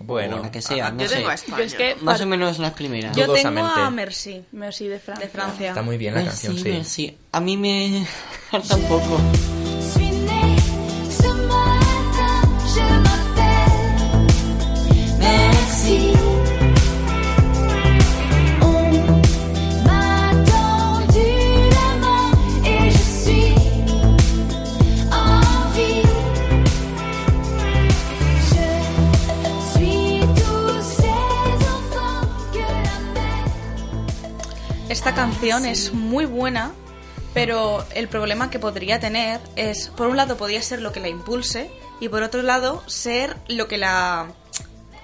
[SPEAKER 4] Bueno,
[SPEAKER 2] O la que sea,
[SPEAKER 4] ah,
[SPEAKER 2] no
[SPEAKER 7] Yo
[SPEAKER 2] sé.
[SPEAKER 7] tengo a
[SPEAKER 6] Yo
[SPEAKER 7] España.
[SPEAKER 6] es que
[SPEAKER 2] Más o menos las primeras.
[SPEAKER 5] yo tengo a
[SPEAKER 4] Dudosamente.
[SPEAKER 5] Mercy,
[SPEAKER 6] Merci de Francia.
[SPEAKER 5] de Francia.
[SPEAKER 4] está muy bien la
[SPEAKER 2] Pues
[SPEAKER 4] canción,
[SPEAKER 2] sí,
[SPEAKER 4] sí.
[SPEAKER 2] pues sí. A mí me harta un poco.
[SPEAKER 9] Suis née ce matin, je m'appelle Merci. On m'a tendu la main et je suis en vie. Je suis tous ces enfants que la paix.
[SPEAKER 6] Ah,
[SPEAKER 5] Esta canción es muy buena, pero el problema que podría tener es, por un lado, podría ser lo que la impulse y por otro lado, ser lo que la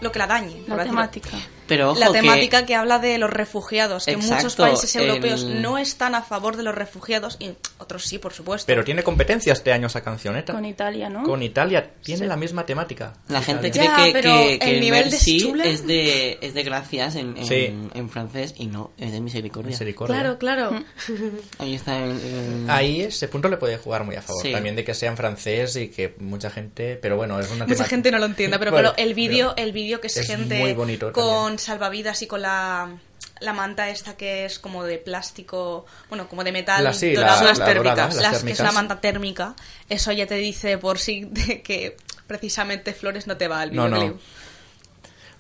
[SPEAKER 5] lo que la dañe. por
[SPEAKER 6] La
[SPEAKER 5] decirlo.
[SPEAKER 6] temática.
[SPEAKER 2] Pero ojo
[SPEAKER 5] la
[SPEAKER 2] que-
[SPEAKER 5] temática que... habla de los refugiados, que
[SPEAKER 2] Exacto,
[SPEAKER 5] muchos países europeos
[SPEAKER 2] el-
[SPEAKER 5] no están a favor de los refugiados y otros sí, por supuesto.
[SPEAKER 4] Pero tiene competencia este año esa cancioneta.
[SPEAKER 6] Con Italia, ¿no?
[SPEAKER 4] Con Italia tiene la misma temática.
[SPEAKER 2] La gente cree
[SPEAKER 4] Italia.
[SPEAKER 2] que,
[SPEAKER 5] Ya, pero
[SPEAKER 2] que, que
[SPEAKER 5] el nivel de
[SPEAKER 2] merci
[SPEAKER 5] Schuller-
[SPEAKER 2] es de, es de gracias en, en,
[SPEAKER 4] Sí.
[SPEAKER 2] en francés y no, es de misericordia.
[SPEAKER 4] Misericordia.
[SPEAKER 10] Claro, claro.
[SPEAKER 6] Mm.
[SPEAKER 2] Ahí está el... el-
[SPEAKER 4] Ahí ese punto le puede jugar muy a favor.
[SPEAKER 2] Sí.
[SPEAKER 4] También de que sea en francés y que mucha gente. Pero bueno, es una
[SPEAKER 5] Mucha
[SPEAKER 4] tema-
[SPEAKER 5] gente no lo entiende, pero
[SPEAKER 4] Bueno,
[SPEAKER 5] claro, el vídeo, el vídeo que es,
[SPEAKER 4] es
[SPEAKER 5] gente
[SPEAKER 4] muy bonito
[SPEAKER 5] con
[SPEAKER 4] también.
[SPEAKER 5] salvavidas y con la, la manta esta que es como de plástico, bueno, como de metal,
[SPEAKER 4] La- sí,
[SPEAKER 5] dorado.
[SPEAKER 4] la-
[SPEAKER 5] Las
[SPEAKER 4] la
[SPEAKER 5] térmicas,
[SPEAKER 4] dorada, las
[SPEAKER 5] las que es la
[SPEAKER 4] térmicas.
[SPEAKER 5] manta térmica, eso ya te dice por sí de que precisamente flores no te va al
[SPEAKER 4] No,
[SPEAKER 5] videoclip.
[SPEAKER 4] no.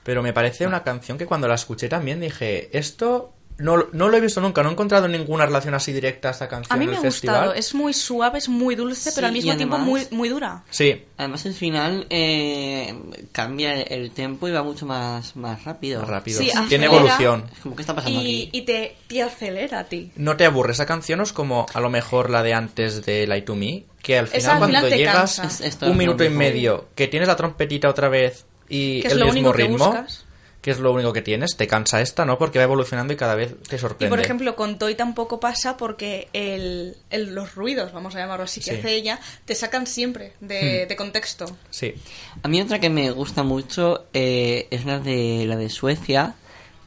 [SPEAKER 4] Pero me
[SPEAKER 5] Ah.
[SPEAKER 4] parece una canción que cuando la escuché también dije, esto no, lo- no lo he visto nunca, no he encontrado ninguna relación así directa a esta canción
[SPEAKER 5] A mí
[SPEAKER 4] en
[SPEAKER 5] me
[SPEAKER 4] el
[SPEAKER 5] ha
[SPEAKER 4] festival.
[SPEAKER 5] gustado, es muy suave, es muy
[SPEAKER 2] Sí,
[SPEAKER 5] dulce, pero al mismo
[SPEAKER 2] y
[SPEAKER 5] tiempo
[SPEAKER 2] además-
[SPEAKER 5] muy, muy dura.
[SPEAKER 4] Sí,
[SPEAKER 2] Además el final eh, cambia el, el tempo y va mucho más, más rápido.
[SPEAKER 4] más rápido.
[SPEAKER 5] Sí,
[SPEAKER 4] tiene
[SPEAKER 5] acelera.
[SPEAKER 4] evolución.
[SPEAKER 2] Es como, ¿qué está pasando
[SPEAKER 5] Y,
[SPEAKER 2] aquí?
[SPEAKER 5] y te, te acelera a ti.
[SPEAKER 4] No te aburre, esa canción no es como a lo mejor la de antes de Light to Me, que al
[SPEAKER 5] Esa
[SPEAKER 4] final
[SPEAKER 5] al
[SPEAKER 4] cuando
[SPEAKER 5] final te
[SPEAKER 4] llegas
[SPEAKER 5] cansa. Es-
[SPEAKER 2] es todo
[SPEAKER 4] un
[SPEAKER 2] lo
[SPEAKER 4] minuto y
[SPEAKER 2] mismo.
[SPEAKER 4] medio, que tienes la trompetita otra vez y
[SPEAKER 5] Que es
[SPEAKER 4] el
[SPEAKER 5] lo
[SPEAKER 4] mismo
[SPEAKER 5] único que
[SPEAKER 4] ritmo,
[SPEAKER 5] buscas.
[SPEAKER 4] que es lo único que tienes, te cansa esta, ¿no? Porque va evolucionando y cada vez te
[SPEAKER 5] Y
[SPEAKER 4] sorprende.
[SPEAKER 5] por ejemplo, con Toy tampoco pasa porque el, el- los ruidos, vamos a llamarlo así, que
[SPEAKER 4] Sí. Hmm.
[SPEAKER 5] hace ella, te sacan siempre de, de contexto.
[SPEAKER 4] Sí,
[SPEAKER 2] A mí otra que me gusta mucho eh, es la de, la de Suecia,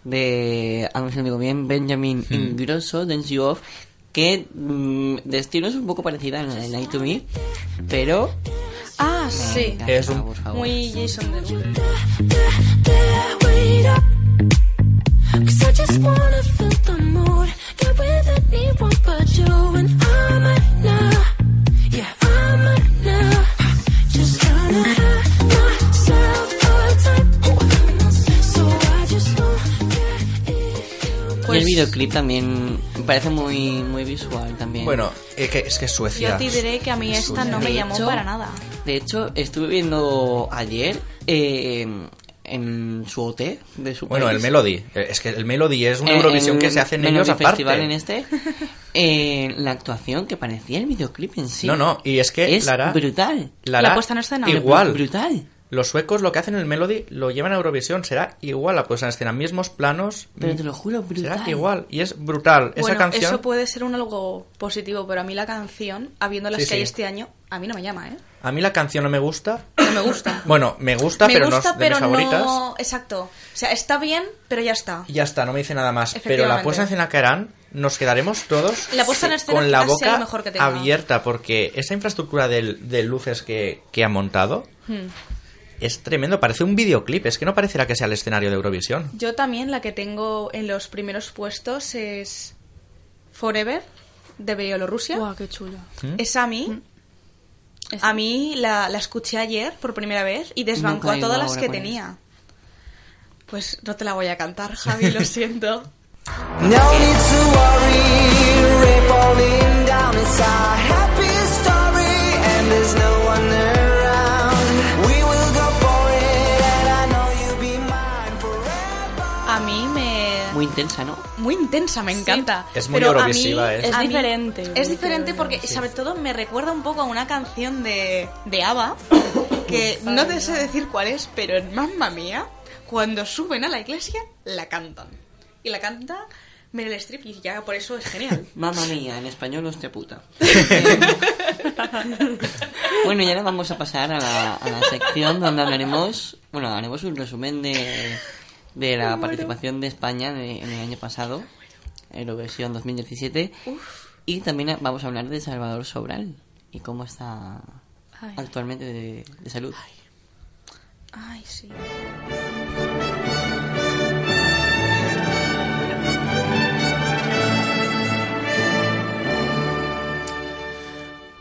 [SPEAKER 2] de, a ver si lo digo bien, Benjamin
[SPEAKER 4] Hmm.
[SPEAKER 2] Ingrosso, Dance You Off, que mm, de estilo es un poco parecida a la de Night to Me, pero...
[SPEAKER 5] Ah, sí.
[SPEAKER 2] Venga,
[SPEAKER 4] Es un-
[SPEAKER 2] por favor.
[SPEAKER 5] Muy Jason Derulo.
[SPEAKER 9] Wait up, 'cause I just wanna feel the mood. Get with anyone but you, and I'm right now. Yeah, I'm right now. Just tryna have myself a time. So I just don't care if you
[SPEAKER 5] pues
[SPEAKER 2] Y el videoclip también me parece muy, muy visual también.
[SPEAKER 4] bueno, eh, que- es que Suecia...
[SPEAKER 5] Yo te diré que a mí esta no me
[SPEAKER 2] De
[SPEAKER 5] llamó
[SPEAKER 2] hecho-
[SPEAKER 5] para nada.
[SPEAKER 2] De hecho, estuve viendo ayer eh, en su OT de su
[SPEAKER 4] Bueno, el
[SPEAKER 2] país.
[SPEAKER 4] Melody. Eh, Es que el Melody es una
[SPEAKER 2] Eh,
[SPEAKER 4] Eurovisión que
[SPEAKER 2] el
[SPEAKER 4] se hace en
[SPEAKER 2] Melody
[SPEAKER 4] ellos aparte.
[SPEAKER 2] Festival en este. eh, la actuación que parecía el videoclip en sí.
[SPEAKER 4] No, no, y es que
[SPEAKER 2] es
[SPEAKER 4] Lara,
[SPEAKER 2] brutal.
[SPEAKER 4] Lara,
[SPEAKER 5] La puesta en escena.
[SPEAKER 4] Igual.
[SPEAKER 2] Brutal.
[SPEAKER 4] Los suecos lo que hacen en el Melody lo llevan a Eurovisión. Será igual la puesta en escena. Mismos planos. mm,
[SPEAKER 2] Pero te lo juro, brutal.
[SPEAKER 4] Será igual. Y es brutal. Esa
[SPEAKER 5] bueno,
[SPEAKER 4] canción.
[SPEAKER 5] eso puede ser un algo positivo, pero a mí la canción, habiendo las
[SPEAKER 4] Sí,
[SPEAKER 5] que hay
[SPEAKER 4] sí.
[SPEAKER 5] este año, a mí no me llama, ¿eh?
[SPEAKER 4] A mí la canción no me gusta.
[SPEAKER 5] No me gusta.
[SPEAKER 4] Bueno, me gusta,
[SPEAKER 5] me
[SPEAKER 4] pero
[SPEAKER 5] gusta,
[SPEAKER 4] no es de
[SPEAKER 5] pero
[SPEAKER 4] mis favoritas.
[SPEAKER 5] no... Exacto. O sea, está bien, pero ya está.
[SPEAKER 4] Y ya está, no me dice nada más. Pero la puesta en escena que harán, nos quedaremos todos
[SPEAKER 5] La puesta en escena
[SPEAKER 4] con la
[SPEAKER 5] quizás sea
[SPEAKER 4] boca
[SPEAKER 5] lo mejor que tenga.
[SPEAKER 4] abierta, porque esa infraestructura del- de, luces que, que ha montado
[SPEAKER 5] Hmm.
[SPEAKER 4] es tremendo. Parece un videoclip, es que no parecerá que sea el escenario de Eurovisión.
[SPEAKER 5] Yo también la que tengo en los primeros puestos es Forever de Bielorrusia.
[SPEAKER 6] Guau, qué chulo.
[SPEAKER 5] Esa a mí,
[SPEAKER 9] Mm.
[SPEAKER 5] a mí la, la escuché ayer por primera vez y desbancó
[SPEAKER 2] Nunca
[SPEAKER 5] a
[SPEAKER 2] he
[SPEAKER 5] todas
[SPEAKER 2] ido
[SPEAKER 5] las
[SPEAKER 2] ahora
[SPEAKER 5] que
[SPEAKER 2] con ella.
[SPEAKER 5] tenía. Pues no te la voy a cantar, Javi, lo siento.
[SPEAKER 9] No need to worry, revolving down. It's our happy story, and there's no one around. We will go for it, and I know you'll be mine forever.
[SPEAKER 5] A mí me...
[SPEAKER 2] Muy intensa, ¿no?
[SPEAKER 5] Muy intensa, me encanta.
[SPEAKER 4] Es muy
[SPEAKER 5] Pero a mí-
[SPEAKER 4] eurovisiva, ¿eh?
[SPEAKER 6] Es
[SPEAKER 5] a mí-
[SPEAKER 6] diferente.
[SPEAKER 5] Es diferente porque, sobre todo, me recuerda un poco a una canción de, de ABBA, que no te sé decir cuál es, pero en Mamma Mía, cuando suben a la iglesia, la cantan. Y la canta Meryl Streep y ya por eso es genial.
[SPEAKER 2] Mamma mía, en español hostia puta. Eh, bueno, y ahora vamos a pasar a la, a la sección donde hablaremos, bueno, haremos un resumen de, de la participación de España de- en el año pasado, Eurovisión 2017, y también vamos a hablar de Salvador Sobral y cómo está
[SPEAKER 6] Ay.
[SPEAKER 2] actualmente de, de salud.
[SPEAKER 5] Ay, sí.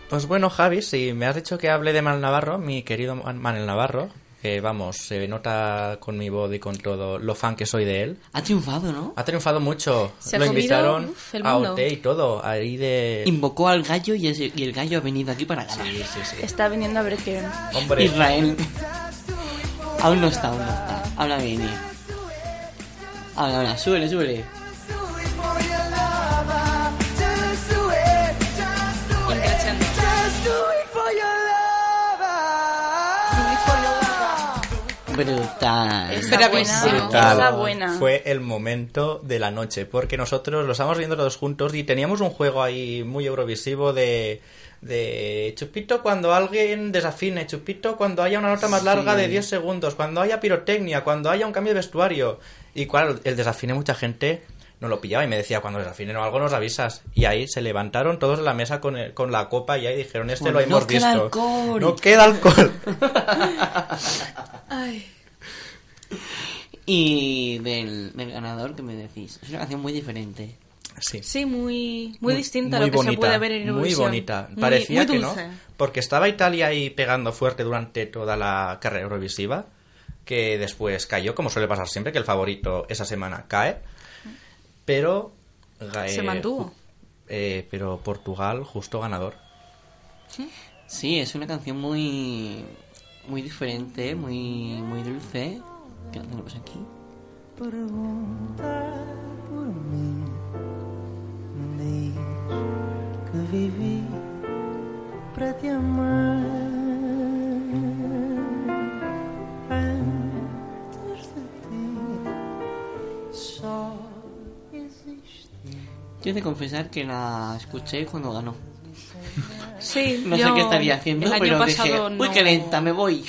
[SPEAKER 4] Pues bueno, Javi, si me has dicho que hable de Manel Navarro, mi querido Man- Manel Navarro, que vamos, se nota con mi body, con todo, lo fan que soy de él.
[SPEAKER 2] Ha triunfado, ¿no?
[SPEAKER 4] Ha triunfado mucho.
[SPEAKER 5] Se ha
[SPEAKER 4] lo
[SPEAKER 5] comido,
[SPEAKER 4] invitaron
[SPEAKER 5] uf, el
[SPEAKER 4] a
[SPEAKER 5] mundo.
[SPEAKER 4] OT y todo, ahí de...
[SPEAKER 2] Invocó al gallo y, ese- y el gallo ha venido aquí para ganar.
[SPEAKER 4] Eh. Sí, sí, sí.
[SPEAKER 6] Está viniendo a Brecken.
[SPEAKER 4] Hombre,
[SPEAKER 2] Israel. Aún no está, aún no está. Habla bien. eh. Habla, habla, súbele, súbele.
[SPEAKER 9] Do it for your lover, just do it, just do it, just do it for your lover. Do it for your lover.
[SPEAKER 2] Brutal.
[SPEAKER 5] Espera, buenísimo.
[SPEAKER 6] buena. Esa buena.
[SPEAKER 4] Fue el momento de la noche, porque nosotros lo estábamos viendo todos juntos y teníamos un juego ahí muy eurovisivo de, de chupito cuando alguien desafine, chupito cuando haya una nota más larga
[SPEAKER 2] Sí.
[SPEAKER 4] de 10 segundos, cuando haya pirotecnia, cuando haya un cambio de vestuario. Y claro, el desafine mucha gente no lo pillaba y me decía, cuando desafinen o algo nos avisas. Y ahí se levantaron todos de la mesa con, el- con la copa y ahí dijeron, este
[SPEAKER 2] Pues
[SPEAKER 4] lo
[SPEAKER 2] no
[SPEAKER 4] hemos
[SPEAKER 2] queda
[SPEAKER 4] visto.
[SPEAKER 2] alcohol".
[SPEAKER 4] No queda alcohol.
[SPEAKER 2] Y del, del ganador, que me decís? Es una canción muy diferente.
[SPEAKER 4] Sí.
[SPEAKER 5] Sí, muy, muy distinta a
[SPEAKER 4] muy
[SPEAKER 5] lo que se
[SPEAKER 4] bonita,
[SPEAKER 5] puede ver en Eurovisión.
[SPEAKER 4] Muy bonita.
[SPEAKER 5] Muy-
[SPEAKER 4] Parecía
[SPEAKER 5] muy
[SPEAKER 4] que no,
[SPEAKER 5] dulce.
[SPEAKER 4] porque estaba Italia ahí pegando fuerte durante toda la carrera eurovisiva, que después cayó, como suele pasar siempre, que el favorito esa semana cae, pero... eh,
[SPEAKER 5] Se mantuvo.
[SPEAKER 4] ju- eh, pero Portugal, justo ganador.
[SPEAKER 2] Sí, es una canción muy muy diferente, muy muy dulce. Que la tenemos aquí.
[SPEAKER 8] Pergunta por mí, diz que vivi para te amar. Antes de ti, só existe.
[SPEAKER 2] Yo he de confesar que la escuché cuando ganó.
[SPEAKER 5] Sí,
[SPEAKER 2] No sé
[SPEAKER 5] yo
[SPEAKER 2] qué estaría haciendo,
[SPEAKER 5] el año
[SPEAKER 2] pero dije,
[SPEAKER 5] pasado
[SPEAKER 2] uy,
[SPEAKER 5] no-
[SPEAKER 2] qué lenta, me voy.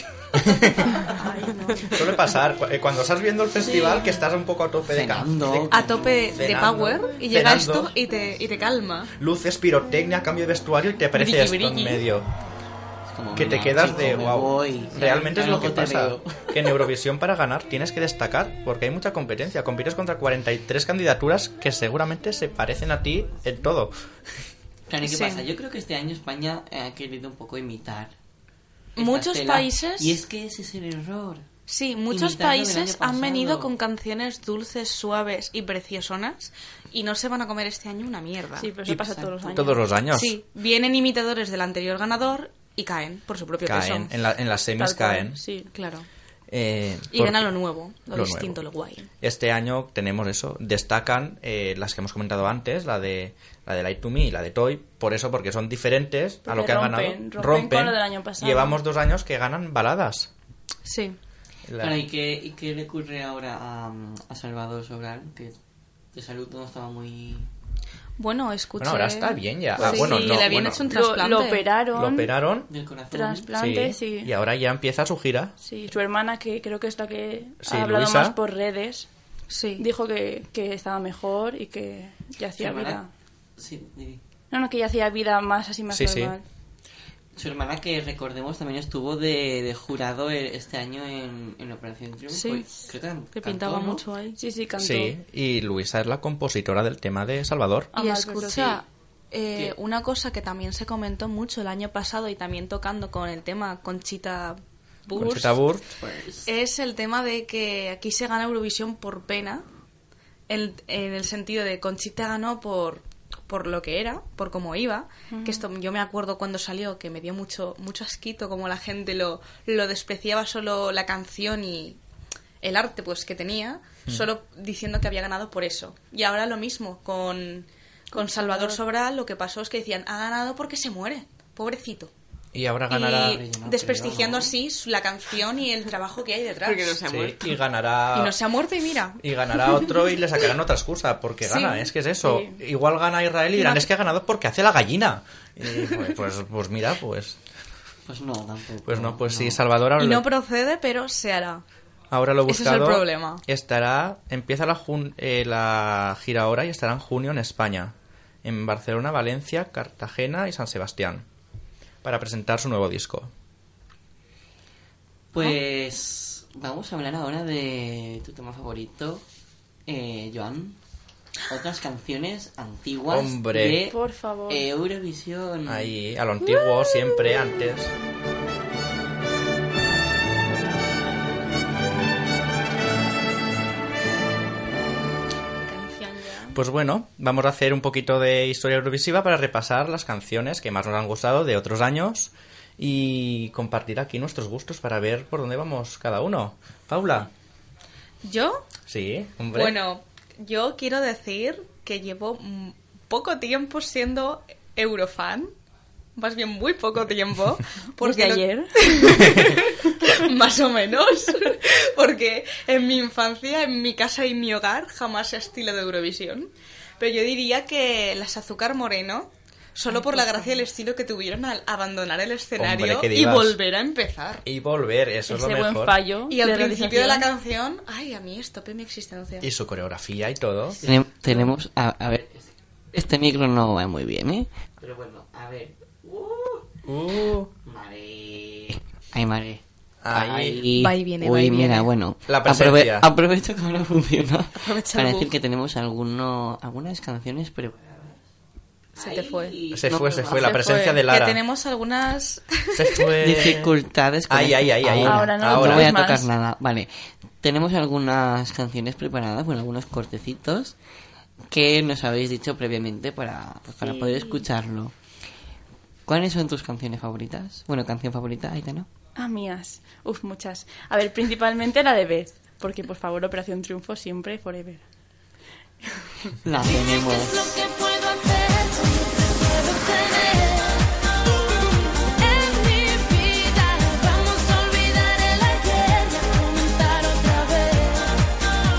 [SPEAKER 4] Suele pasar, cu- eh, cuando estás viendo el festival, que estás un poco a tope de ca-
[SPEAKER 2] Cenando.
[SPEAKER 4] de
[SPEAKER 5] A tope de, de
[SPEAKER 4] Cenando.
[SPEAKER 5] power y llega
[SPEAKER 4] Cenando.
[SPEAKER 5] esto y te, y te calma.
[SPEAKER 4] Luces, pirotecnia, cambio de vestuario y te aparece
[SPEAKER 2] Briki,
[SPEAKER 4] esto en
[SPEAKER 2] briki.
[SPEAKER 4] medio.
[SPEAKER 2] Es como,
[SPEAKER 4] que te
[SPEAKER 2] venga,
[SPEAKER 4] quedas
[SPEAKER 2] Ah, chico,
[SPEAKER 4] de
[SPEAKER 2] me
[SPEAKER 4] wow.
[SPEAKER 2] voy.
[SPEAKER 4] Realmente es
[SPEAKER 2] Ya
[SPEAKER 4] lo que
[SPEAKER 2] luego te
[SPEAKER 4] pasa.
[SPEAKER 2] veo.
[SPEAKER 4] Que en Eurovisión para ganar tienes que destacar porque hay mucha competencia. Compites contra 43 candidaturas que seguramente se parecen a ti en todo.
[SPEAKER 2] Claro, ¿y qué
[SPEAKER 5] Sí.
[SPEAKER 2] pasa? Yo creo que este año España eh, ha querido un poco imitar. esta
[SPEAKER 5] Muchos
[SPEAKER 2] estela.
[SPEAKER 5] países-
[SPEAKER 2] Y es que ese es el error.
[SPEAKER 5] Sí, muchos
[SPEAKER 2] Imitando del
[SPEAKER 5] países
[SPEAKER 2] año
[SPEAKER 5] han venido
[SPEAKER 2] pasado.
[SPEAKER 5] con canciones dulces, suaves y preciosonas y no se van a comer este año una mierda.
[SPEAKER 6] Sí, pero eso pasa todos los años.
[SPEAKER 4] Todos los años.
[SPEAKER 5] Sí, vienen imitadores del anterior ganador y caen por su propio
[SPEAKER 4] Caen.
[SPEAKER 5] peso.
[SPEAKER 4] En, la- en las semis
[SPEAKER 6] Tal cual,
[SPEAKER 4] caen.
[SPEAKER 6] Sí.
[SPEAKER 5] Claro.
[SPEAKER 4] Eh,
[SPEAKER 5] Y
[SPEAKER 4] por-
[SPEAKER 5] ganan lo nuevo, lo,
[SPEAKER 4] Lo
[SPEAKER 5] distinto,
[SPEAKER 4] nuevo.
[SPEAKER 5] lo guay.
[SPEAKER 4] Este año tenemos eso. Destacan eh, las que hemos comentado antes, la de la de Light to Me y la de Toy, por eso, porque son diferentes a
[SPEAKER 6] Porque
[SPEAKER 4] lo que han ganado.
[SPEAKER 6] rompen, rompen con lo del año pasado.
[SPEAKER 4] Llevamos dos años que ganan baladas.
[SPEAKER 5] Sí.
[SPEAKER 4] La-
[SPEAKER 2] Claro, ¿y qué, ¿y qué le ocurre ahora a, a Salvador Sobral? Que de salud no estaba muy...
[SPEAKER 5] Bueno, escuché...
[SPEAKER 4] Bueno, ahora está bien ya. Ah,
[SPEAKER 5] Sí,
[SPEAKER 4] bueno,
[SPEAKER 5] sí,
[SPEAKER 4] no,
[SPEAKER 5] le habían
[SPEAKER 4] bueno.
[SPEAKER 5] hecho un
[SPEAKER 6] Lo,
[SPEAKER 5] trasplante.
[SPEAKER 6] lo operaron.
[SPEAKER 4] Lo operaron
[SPEAKER 2] del corazón.
[SPEAKER 6] Trasplante, sí.
[SPEAKER 4] Y ahora ya empieza su gira.
[SPEAKER 6] Sí, su hermana, que creo que es la que
[SPEAKER 4] Sí,
[SPEAKER 6] ha hablado
[SPEAKER 4] Luisa.
[SPEAKER 6] más por redes,
[SPEAKER 5] Sí.
[SPEAKER 6] dijo que, que estaba mejor y que ya
[SPEAKER 2] Su
[SPEAKER 6] hacía vida.
[SPEAKER 2] hermana, sí, di.
[SPEAKER 6] No, no, que ya hacía vida más así, más
[SPEAKER 4] Sí, sí.
[SPEAKER 6] normal.
[SPEAKER 2] Su hermana, que recordemos, también estuvo de, de jurado e- este año en, en Operación Triunfo.
[SPEAKER 5] Sí.
[SPEAKER 2] y creo que, cantó,
[SPEAKER 5] Que pintaba
[SPEAKER 2] ¿no?
[SPEAKER 5] mucho ahí.
[SPEAKER 6] Sí, sí, cantó.
[SPEAKER 4] Sí, y Luisa es la compositora del tema de Salvador.
[SPEAKER 6] Ah,
[SPEAKER 5] Y
[SPEAKER 6] mal, pero
[SPEAKER 5] escucha,
[SPEAKER 2] ¿Qué?
[SPEAKER 5] eh, una cosa que también se comentó mucho el año pasado y también tocando con el tema Conchita Wurst,
[SPEAKER 4] Conchita Wurst.
[SPEAKER 2] Pues,
[SPEAKER 5] es el tema de que aquí se gana Eurovisión por pena, el- eh, en el sentido de Conchita ganó por por lo que era, por cómo iba, que esto yo me acuerdo cuando salió que me dio mucho mucho asquito como la gente lo lo despreciaba solo la canción y el arte pues que tenía, solo diciendo que había ganado por eso. Y ahora lo mismo con con Salvador Sobral, lo que pasó es que decían, "Ah, ha ganado porque se muere, pobrecito.
[SPEAKER 4] Y ahora ganará.
[SPEAKER 5] Y desprestigiando así su- la canción y el trabajo que hay detrás.
[SPEAKER 7] Porque no se ha
[SPEAKER 4] Sí,
[SPEAKER 7] muerto.
[SPEAKER 4] y ganará.
[SPEAKER 5] Y no se ha muerto y mira.
[SPEAKER 4] y ganará otro y le sacarán otra excusa porque
[SPEAKER 5] Sí.
[SPEAKER 4] gana, es que es eso.
[SPEAKER 6] Sí.
[SPEAKER 4] Igual gana Israel y dirán,
[SPEAKER 5] Una-
[SPEAKER 4] es que ha ganado porque hace la gallina. Y, pues, pues, pues mira, pues,
[SPEAKER 2] pues no, tampoco.
[SPEAKER 4] pues no, pues sí, Salvador ahora,
[SPEAKER 5] Y no
[SPEAKER 4] lo,
[SPEAKER 5] procede, pero se hará.
[SPEAKER 4] ahora lo he
[SPEAKER 5] ese es el
[SPEAKER 4] buscado.
[SPEAKER 5] problema.
[SPEAKER 4] Estará, empieza la, jun- eh, la gira ahora y estará en junio en España, en Barcelona, Valencia, Cartagena y San Sebastián, para presentar su nuevo disco.
[SPEAKER 2] Pues vamos a hablar ahora de tu tema favorito, eh, Joan. Otras canciones antiguas
[SPEAKER 4] Hombre.
[SPEAKER 2] de
[SPEAKER 6] Por favor.
[SPEAKER 5] Eh,
[SPEAKER 2] Eurovisión.
[SPEAKER 4] Ahí, a lo antiguo, siempre, antes. Pues bueno, vamos a hacer un poquito de historia eurovisiva para repasar las canciones que más nos han gustado de otros años y compartir aquí nuestros gustos para ver por dónde vamos cada uno. Paula.
[SPEAKER 5] ¿Yo?
[SPEAKER 4] Sí, hombre.
[SPEAKER 5] Bueno, yo quiero decir que llevo mm, poco tiempo siendo eurofan más bien muy poco tiempo. Porque
[SPEAKER 6] Porque
[SPEAKER 5] lo-
[SPEAKER 6] ayer.
[SPEAKER 5] más o menos. Porque en mi infancia, en mi casa y mi hogar, jamás se ha estilado Eurovisión. Pero yo diría que las Azúcar Moreno, solo por la gracia del estilo que tuvieron al abandonar el escenario
[SPEAKER 4] qué
[SPEAKER 5] y
[SPEAKER 4] divas.
[SPEAKER 5] volver a empezar.
[SPEAKER 4] Y volver, eso es
[SPEAKER 6] Ese
[SPEAKER 4] lo
[SPEAKER 6] buen
[SPEAKER 4] mejor.
[SPEAKER 6] fallo.
[SPEAKER 5] Y al
[SPEAKER 6] de
[SPEAKER 5] principio de la
[SPEAKER 6] realización.
[SPEAKER 5] canción, ay, a mí estope mi existencia.
[SPEAKER 4] Y su coreografía y todo.
[SPEAKER 2] Tenem- tenemos, a, a ver, este micro no va muy bien, ¿eh? Pero bueno, a ver.
[SPEAKER 4] Uh,
[SPEAKER 2] Mare. Ay, mare.
[SPEAKER 4] Ahí.
[SPEAKER 10] Va y viene,
[SPEAKER 2] Uy,
[SPEAKER 10] va y
[SPEAKER 2] mira,
[SPEAKER 10] viene.
[SPEAKER 2] bueno.
[SPEAKER 4] La presencia.
[SPEAKER 2] aprovecho que ahora funciona
[SPEAKER 5] Aprovecha
[SPEAKER 2] para
[SPEAKER 5] el
[SPEAKER 2] decir
[SPEAKER 5] bug.
[SPEAKER 2] que tenemos alguno, algunas canciones preparadas.
[SPEAKER 10] Se te fue.
[SPEAKER 2] Ay,
[SPEAKER 4] se
[SPEAKER 2] no
[SPEAKER 4] fue,
[SPEAKER 2] me
[SPEAKER 4] se
[SPEAKER 2] va.
[SPEAKER 4] fue. La
[SPEAKER 10] Se
[SPEAKER 4] presencia
[SPEAKER 10] fue.
[SPEAKER 4] de Lara.
[SPEAKER 5] Que tenemos algunas...
[SPEAKER 4] Se fue.
[SPEAKER 2] Dificultades. con
[SPEAKER 4] Ay,
[SPEAKER 2] esto.
[SPEAKER 4] ay, ay, ay.
[SPEAKER 6] Ahora no,
[SPEAKER 2] No
[SPEAKER 6] Ahora.
[SPEAKER 2] voy a
[SPEAKER 6] es más.
[SPEAKER 2] tocar nada. Vale. Tenemos algunas canciones preparadas, bueno, algunos cortecitos que nos habéis dicho previamente para, pues, para poder escucharlo. ¿Cuáles son tus canciones favoritas? Bueno, canción favorita, Aitana.
[SPEAKER 6] Ah, mías. Uf, muchas. A ver, principalmente la de Beth. Porque, por favor, Operación Triunfo siempre, forever.
[SPEAKER 2] La tenemos.
[SPEAKER 9] lo que puedo hacer, puedo tener en mi vida. Vamos a olvidar el ayer y a comentar otra vez.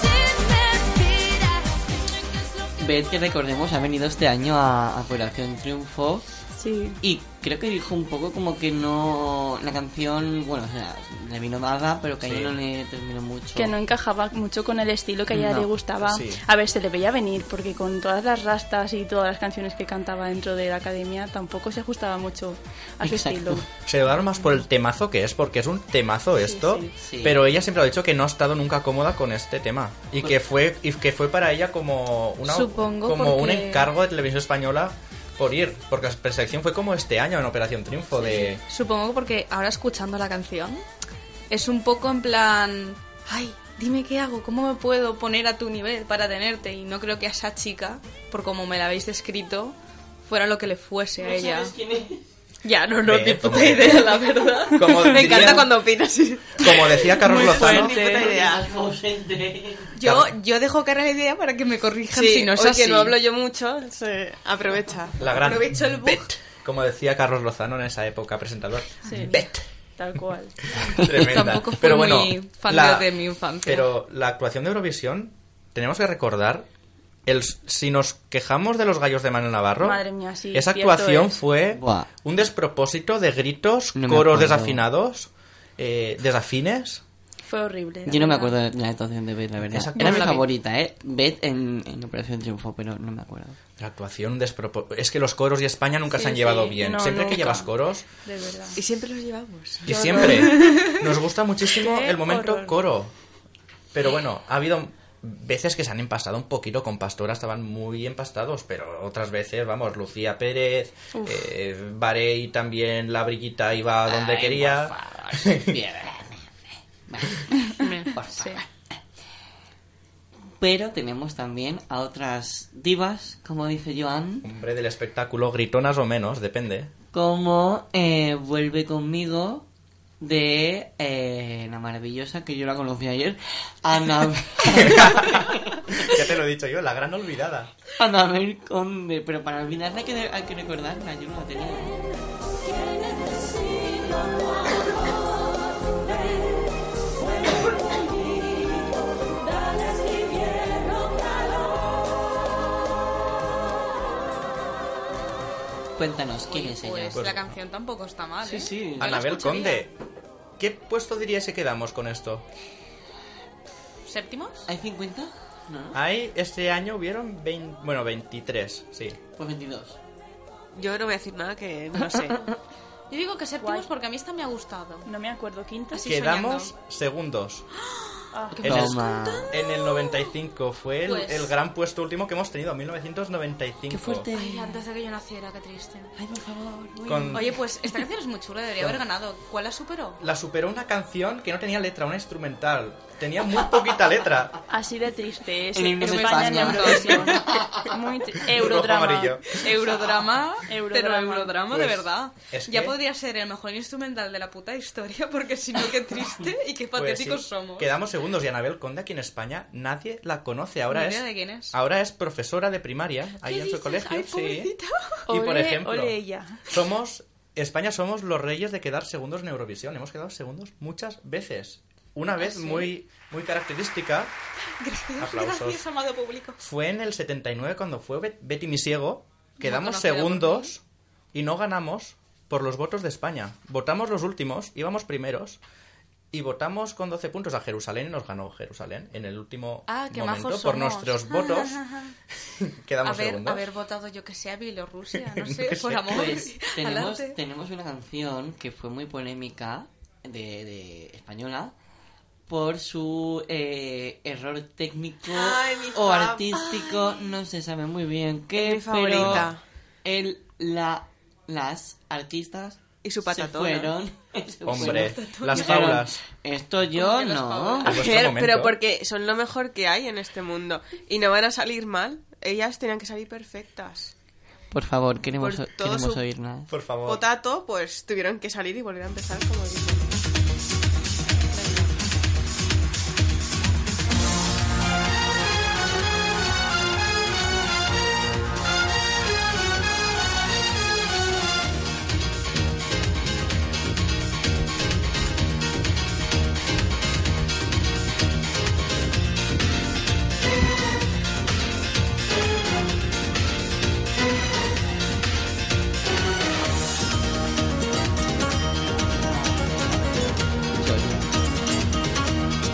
[SPEAKER 9] Sin mentiras, dime qué es lo que
[SPEAKER 2] Beth, que recordemos, ha venido este año a, a Operación Triunfo
[SPEAKER 6] Sí.
[SPEAKER 2] y creo que dijo un poco como que no. La canción, bueno, o sea, le vino dada, pero que a ella no le terminó mucho.
[SPEAKER 6] Que no encajaba mucho con el estilo que a ella
[SPEAKER 2] No,
[SPEAKER 6] le gustaba.
[SPEAKER 4] sí.
[SPEAKER 6] A ver, se le veía venir, porque con todas las rastas y todas las canciones que cantaba dentro de la academia, tampoco se ajustaba mucho a su
[SPEAKER 2] Exacto.
[SPEAKER 6] estilo.
[SPEAKER 4] Se llevaron más por el temazo que es, porque es un temazo esto.
[SPEAKER 6] sí,
[SPEAKER 2] sí.
[SPEAKER 4] Pero ella siempre ha dicho que no ha estado nunca cómoda con este tema. Y que fue, y que fue para ella como, una,
[SPEAKER 10] Supongo,
[SPEAKER 4] como un
[SPEAKER 10] porque-
[SPEAKER 4] encargo de televisión española por ir. Porque la persecución fue como este año en Operación Triunfo. de
[SPEAKER 5] Supongo que porque ahora escuchando la canción es un poco en plan, ay, dime qué hago, cómo me puedo poner a tu nivel para tenerte y no creo que a esa chica, por como me la habéis descrito, fuera lo que le fuese a ella. Ya, no, no,
[SPEAKER 4] Ve,
[SPEAKER 5] ni
[SPEAKER 4] como-
[SPEAKER 5] puta idea, la verdad.
[SPEAKER 4] Como
[SPEAKER 5] me
[SPEAKER 4] dirían-
[SPEAKER 5] encanta cuando opinas.
[SPEAKER 4] Como decía Carlos Lozano,
[SPEAKER 5] fuerte. Yo, yo dejo cara la idea para que me corrijan
[SPEAKER 7] Sí,
[SPEAKER 5] si no es
[SPEAKER 7] hoy
[SPEAKER 5] así.
[SPEAKER 7] que no hablo yo mucho, se aprovecha.
[SPEAKER 4] la gran
[SPEAKER 5] Aprovecho el boot.
[SPEAKER 4] Bet, como decía Carlos Lozano en esa época presentador.
[SPEAKER 6] Sí.
[SPEAKER 4] Bet.
[SPEAKER 6] Tal cual.
[SPEAKER 4] Tremenda.
[SPEAKER 5] Tampoco fui
[SPEAKER 4] pero
[SPEAKER 5] muy
[SPEAKER 4] bueno,
[SPEAKER 5] fan
[SPEAKER 4] la-
[SPEAKER 5] de mi infancia.
[SPEAKER 4] Pero la actuación de Eurovisión, tenemos que recordar, el, si nos quejamos de los gallos de Mano Navarro,
[SPEAKER 6] Madre mía, sí,
[SPEAKER 4] esa
[SPEAKER 6] cierto
[SPEAKER 4] actuación
[SPEAKER 6] es.
[SPEAKER 4] fue
[SPEAKER 2] Buah.
[SPEAKER 4] un despropósito de gritos,
[SPEAKER 2] No me
[SPEAKER 4] coros
[SPEAKER 2] acuerdo.
[SPEAKER 4] desafinados, eh, desafines.
[SPEAKER 6] Fue horrible. la
[SPEAKER 2] Yo no me
[SPEAKER 6] verdad.
[SPEAKER 2] acuerdo de la actuación de Beth, la verdad.
[SPEAKER 4] Exacto.
[SPEAKER 2] Era mi
[SPEAKER 4] Bueno,
[SPEAKER 2] favorita, ¿eh? Beth en, en Operación Triunfo, pero no me acuerdo.
[SPEAKER 4] La actuación despropósito. Es que los coros y España nunca
[SPEAKER 6] Sí,
[SPEAKER 4] se han llevado
[SPEAKER 6] sí,
[SPEAKER 4] bien.
[SPEAKER 6] no,
[SPEAKER 4] Siempre que
[SPEAKER 6] nunca.
[SPEAKER 4] llevas coros.
[SPEAKER 6] De verdad.
[SPEAKER 7] Y siempre los llevamos.
[SPEAKER 4] Y siempre. Nos gusta muchísimo
[SPEAKER 6] Qué
[SPEAKER 4] el momento
[SPEAKER 6] horror.
[SPEAKER 4] coro. Pero bueno, ha habido veces que se han empastado un poquito con Pastora, estaban muy empastados, pero otras veces, vamos, Lucía Pérez, eh, Varey también, la briguita iba a donde
[SPEAKER 2] Ay,
[SPEAKER 4] quería.
[SPEAKER 2] por favor, sí, bien. Vale, por favor. Pero tenemos también a otras divas, como dice Joan,
[SPEAKER 4] Hombre del espectáculo, gritonas o menos, depende.
[SPEAKER 2] como eh, Vuelve conmigo de eh, la maravillosa, que yo la conocí ayer, Ana...
[SPEAKER 4] ya te lo he dicho yo, la gran olvidada.
[SPEAKER 2] Anabel Conde, pero para olvidarla hay que, hay que recordarla, yo no la tenía.
[SPEAKER 9] Tiene destino amor, ven, conmigo, dale este invierno
[SPEAKER 2] Cuéntanos, ¿quién es ella?
[SPEAKER 5] Pues la canción tampoco está mal,
[SPEAKER 2] Sí,
[SPEAKER 5] ¿eh?
[SPEAKER 2] sí.
[SPEAKER 5] Yo la
[SPEAKER 4] Anabel
[SPEAKER 5] escucharía.
[SPEAKER 4] Conde. ¿Qué puesto dirías que quedamos con esto?
[SPEAKER 5] ¿Séptimos?
[SPEAKER 2] ¿Hay 50? No, ¿no?
[SPEAKER 4] Ahí este año hubieron 20, bueno, 23, sí.
[SPEAKER 2] Pues 22.
[SPEAKER 7] Yo no voy a decir nada que no sé.
[SPEAKER 5] Yo digo que séptimos
[SPEAKER 6] Guay.
[SPEAKER 5] porque a mí esta me ha gustado.
[SPEAKER 6] No me acuerdo. ¿Quinta?
[SPEAKER 5] Así
[SPEAKER 4] Quedamos segundos. En el-
[SPEAKER 2] Ah. Toma.
[SPEAKER 4] En el 95 fue el,
[SPEAKER 5] Ah. Pues-
[SPEAKER 4] el gran puesto último que hemos tenido, 1995.
[SPEAKER 2] Qué fuerte.
[SPEAKER 5] Ay, antes de que yo naciera, qué triste.
[SPEAKER 2] Ay, por favor. uy.
[SPEAKER 4] Con-
[SPEAKER 5] Oye, pues esta canción es muy chula, debería haber ganado. ¿Cuál la superó?
[SPEAKER 4] La superó una canción que no tenía letra, una instrumental. tenía muy poquita letra.
[SPEAKER 6] Así de triste es.
[SPEAKER 2] En inglés
[SPEAKER 6] España en
[SPEAKER 2] España.
[SPEAKER 6] Eurovisión. Muy tri- Eurodrama.
[SPEAKER 4] Rojo amarillo.
[SPEAKER 5] Eurodrama, pero
[SPEAKER 6] Eurodrama.
[SPEAKER 5] Eurodrama de
[SPEAKER 4] Pues,
[SPEAKER 5] verdad.
[SPEAKER 4] es
[SPEAKER 5] Ya
[SPEAKER 4] que-
[SPEAKER 5] podría ser el mejor instrumental de la puta historia, porque si no, qué triste y qué
[SPEAKER 4] Pues
[SPEAKER 5] patéticos
[SPEAKER 4] sí,
[SPEAKER 5] somos.
[SPEAKER 4] Quedamos segundos y Anabel Conde aquí en España nadie la conoce. Ahora
[SPEAKER 5] Ni
[SPEAKER 4] es,
[SPEAKER 5] idea de quién es.
[SPEAKER 4] Ahora es profesora de primaria ahí
[SPEAKER 5] ¿Qué
[SPEAKER 4] en su
[SPEAKER 5] dices?
[SPEAKER 4] colegio.
[SPEAKER 5] Ay,
[SPEAKER 4] sí.
[SPEAKER 5] pobrecita.
[SPEAKER 4] Y por
[SPEAKER 6] Ole-
[SPEAKER 4] ejemplo,
[SPEAKER 6] ole ella.
[SPEAKER 4] somos España somos los reyes de quedar segundos en Eurovisión. Hemos quedado segundos muchas veces.
[SPEAKER 5] Ah,
[SPEAKER 4] Una vez muy muy característica
[SPEAKER 5] Gracias,
[SPEAKER 4] Aplausos.
[SPEAKER 5] gracias, amado público.
[SPEAKER 4] fue en el 79 cuando fue Bet- Betty Misiego. Quedamos
[SPEAKER 5] conocida por
[SPEAKER 4] segundos y no ganamos por los votos de España. Votamos los últimos, íbamos primeros y votamos con 12 puntos a Jerusalén y nos ganó Jerusalén en el último
[SPEAKER 5] Ah, qué
[SPEAKER 4] momento
[SPEAKER 5] majos
[SPEAKER 4] por
[SPEAKER 5] somos.
[SPEAKER 4] nuestros votos. quedamos
[SPEAKER 5] haber,
[SPEAKER 4] segundos.
[SPEAKER 5] haber votado yo que sé a Bielorrusia, no
[SPEAKER 4] Yo
[SPEAKER 5] sé,
[SPEAKER 4] qué
[SPEAKER 5] por
[SPEAKER 4] sé.
[SPEAKER 5] amor.
[SPEAKER 2] Pues tenemos,
[SPEAKER 5] Adelante.
[SPEAKER 2] tenemos una canción que fue muy polémica de, de española por su eh, error técnico
[SPEAKER 7] Ay, mi
[SPEAKER 2] o
[SPEAKER 7] fav-
[SPEAKER 2] artístico, no se sabe muy bien qué,
[SPEAKER 7] Es mi favorita.
[SPEAKER 2] pero el, la, las artistas
[SPEAKER 7] Y su patatona.
[SPEAKER 2] se fueron. se
[SPEAKER 4] Hombre,
[SPEAKER 2] fueron.
[SPEAKER 4] las
[SPEAKER 2] Dijeron,
[SPEAKER 4] paulas.
[SPEAKER 2] Esto yo
[SPEAKER 5] que las
[SPEAKER 2] no.
[SPEAKER 5] paulas?
[SPEAKER 4] En
[SPEAKER 7] A
[SPEAKER 4] vuestro
[SPEAKER 7] ver,
[SPEAKER 4] momento.
[SPEAKER 7] pero porque son lo mejor que hay en este mundo. Y no van a salir mal. Ellas tenían que salir perfectas.
[SPEAKER 2] Por favor, queremos,
[SPEAKER 7] Por todo
[SPEAKER 2] queremos
[SPEAKER 7] su-
[SPEAKER 2] oírlas.
[SPEAKER 4] Por favor.
[SPEAKER 7] Potato, pues tuvieron que salir y volver a empezar como dicen.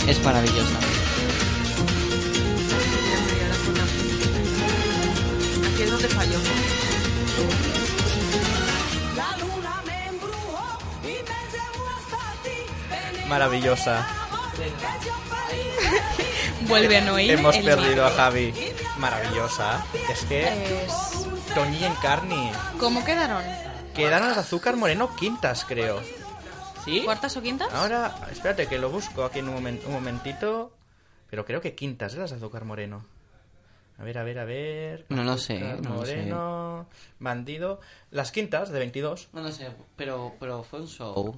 [SPEAKER 2] Es maravillosa.
[SPEAKER 7] Aquí es donde falló.
[SPEAKER 4] Maravillosa.
[SPEAKER 5] Vuelve a no ir
[SPEAKER 4] Hemos
[SPEAKER 5] el
[SPEAKER 4] perdido a
[SPEAKER 5] mar.
[SPEAKER 4] Javi. Maravillosa. Es que
[SPEAKER 5] Es-
[SPEAKER 4] Tony y Encarni
[SPEAKER 5] ¿Cómo quedaron?
[SPEAKER 4] quedan las azúcar moreno quintas, creo.
[SPEAKER 2] ¿Sí?
[SPEAKER 5] ¿Cuartas o quintas?
[SPEAKER 4] Ahora, espérate que lo busco aquí en un, momen- un momentito. Pero creo que quintas, ¿eh? Las azúcar moreno. A ver, a ver, a ver.
[SPEAKER 2] No lo sé,
[SPEAKER 4] Azúcar
[SPEAKER 2] no lo sé.
[SPEAKER 4] moreno, bandido. Las quintas de 22.
[SPEAKER 2] No lo sé, pero, pero fue un show.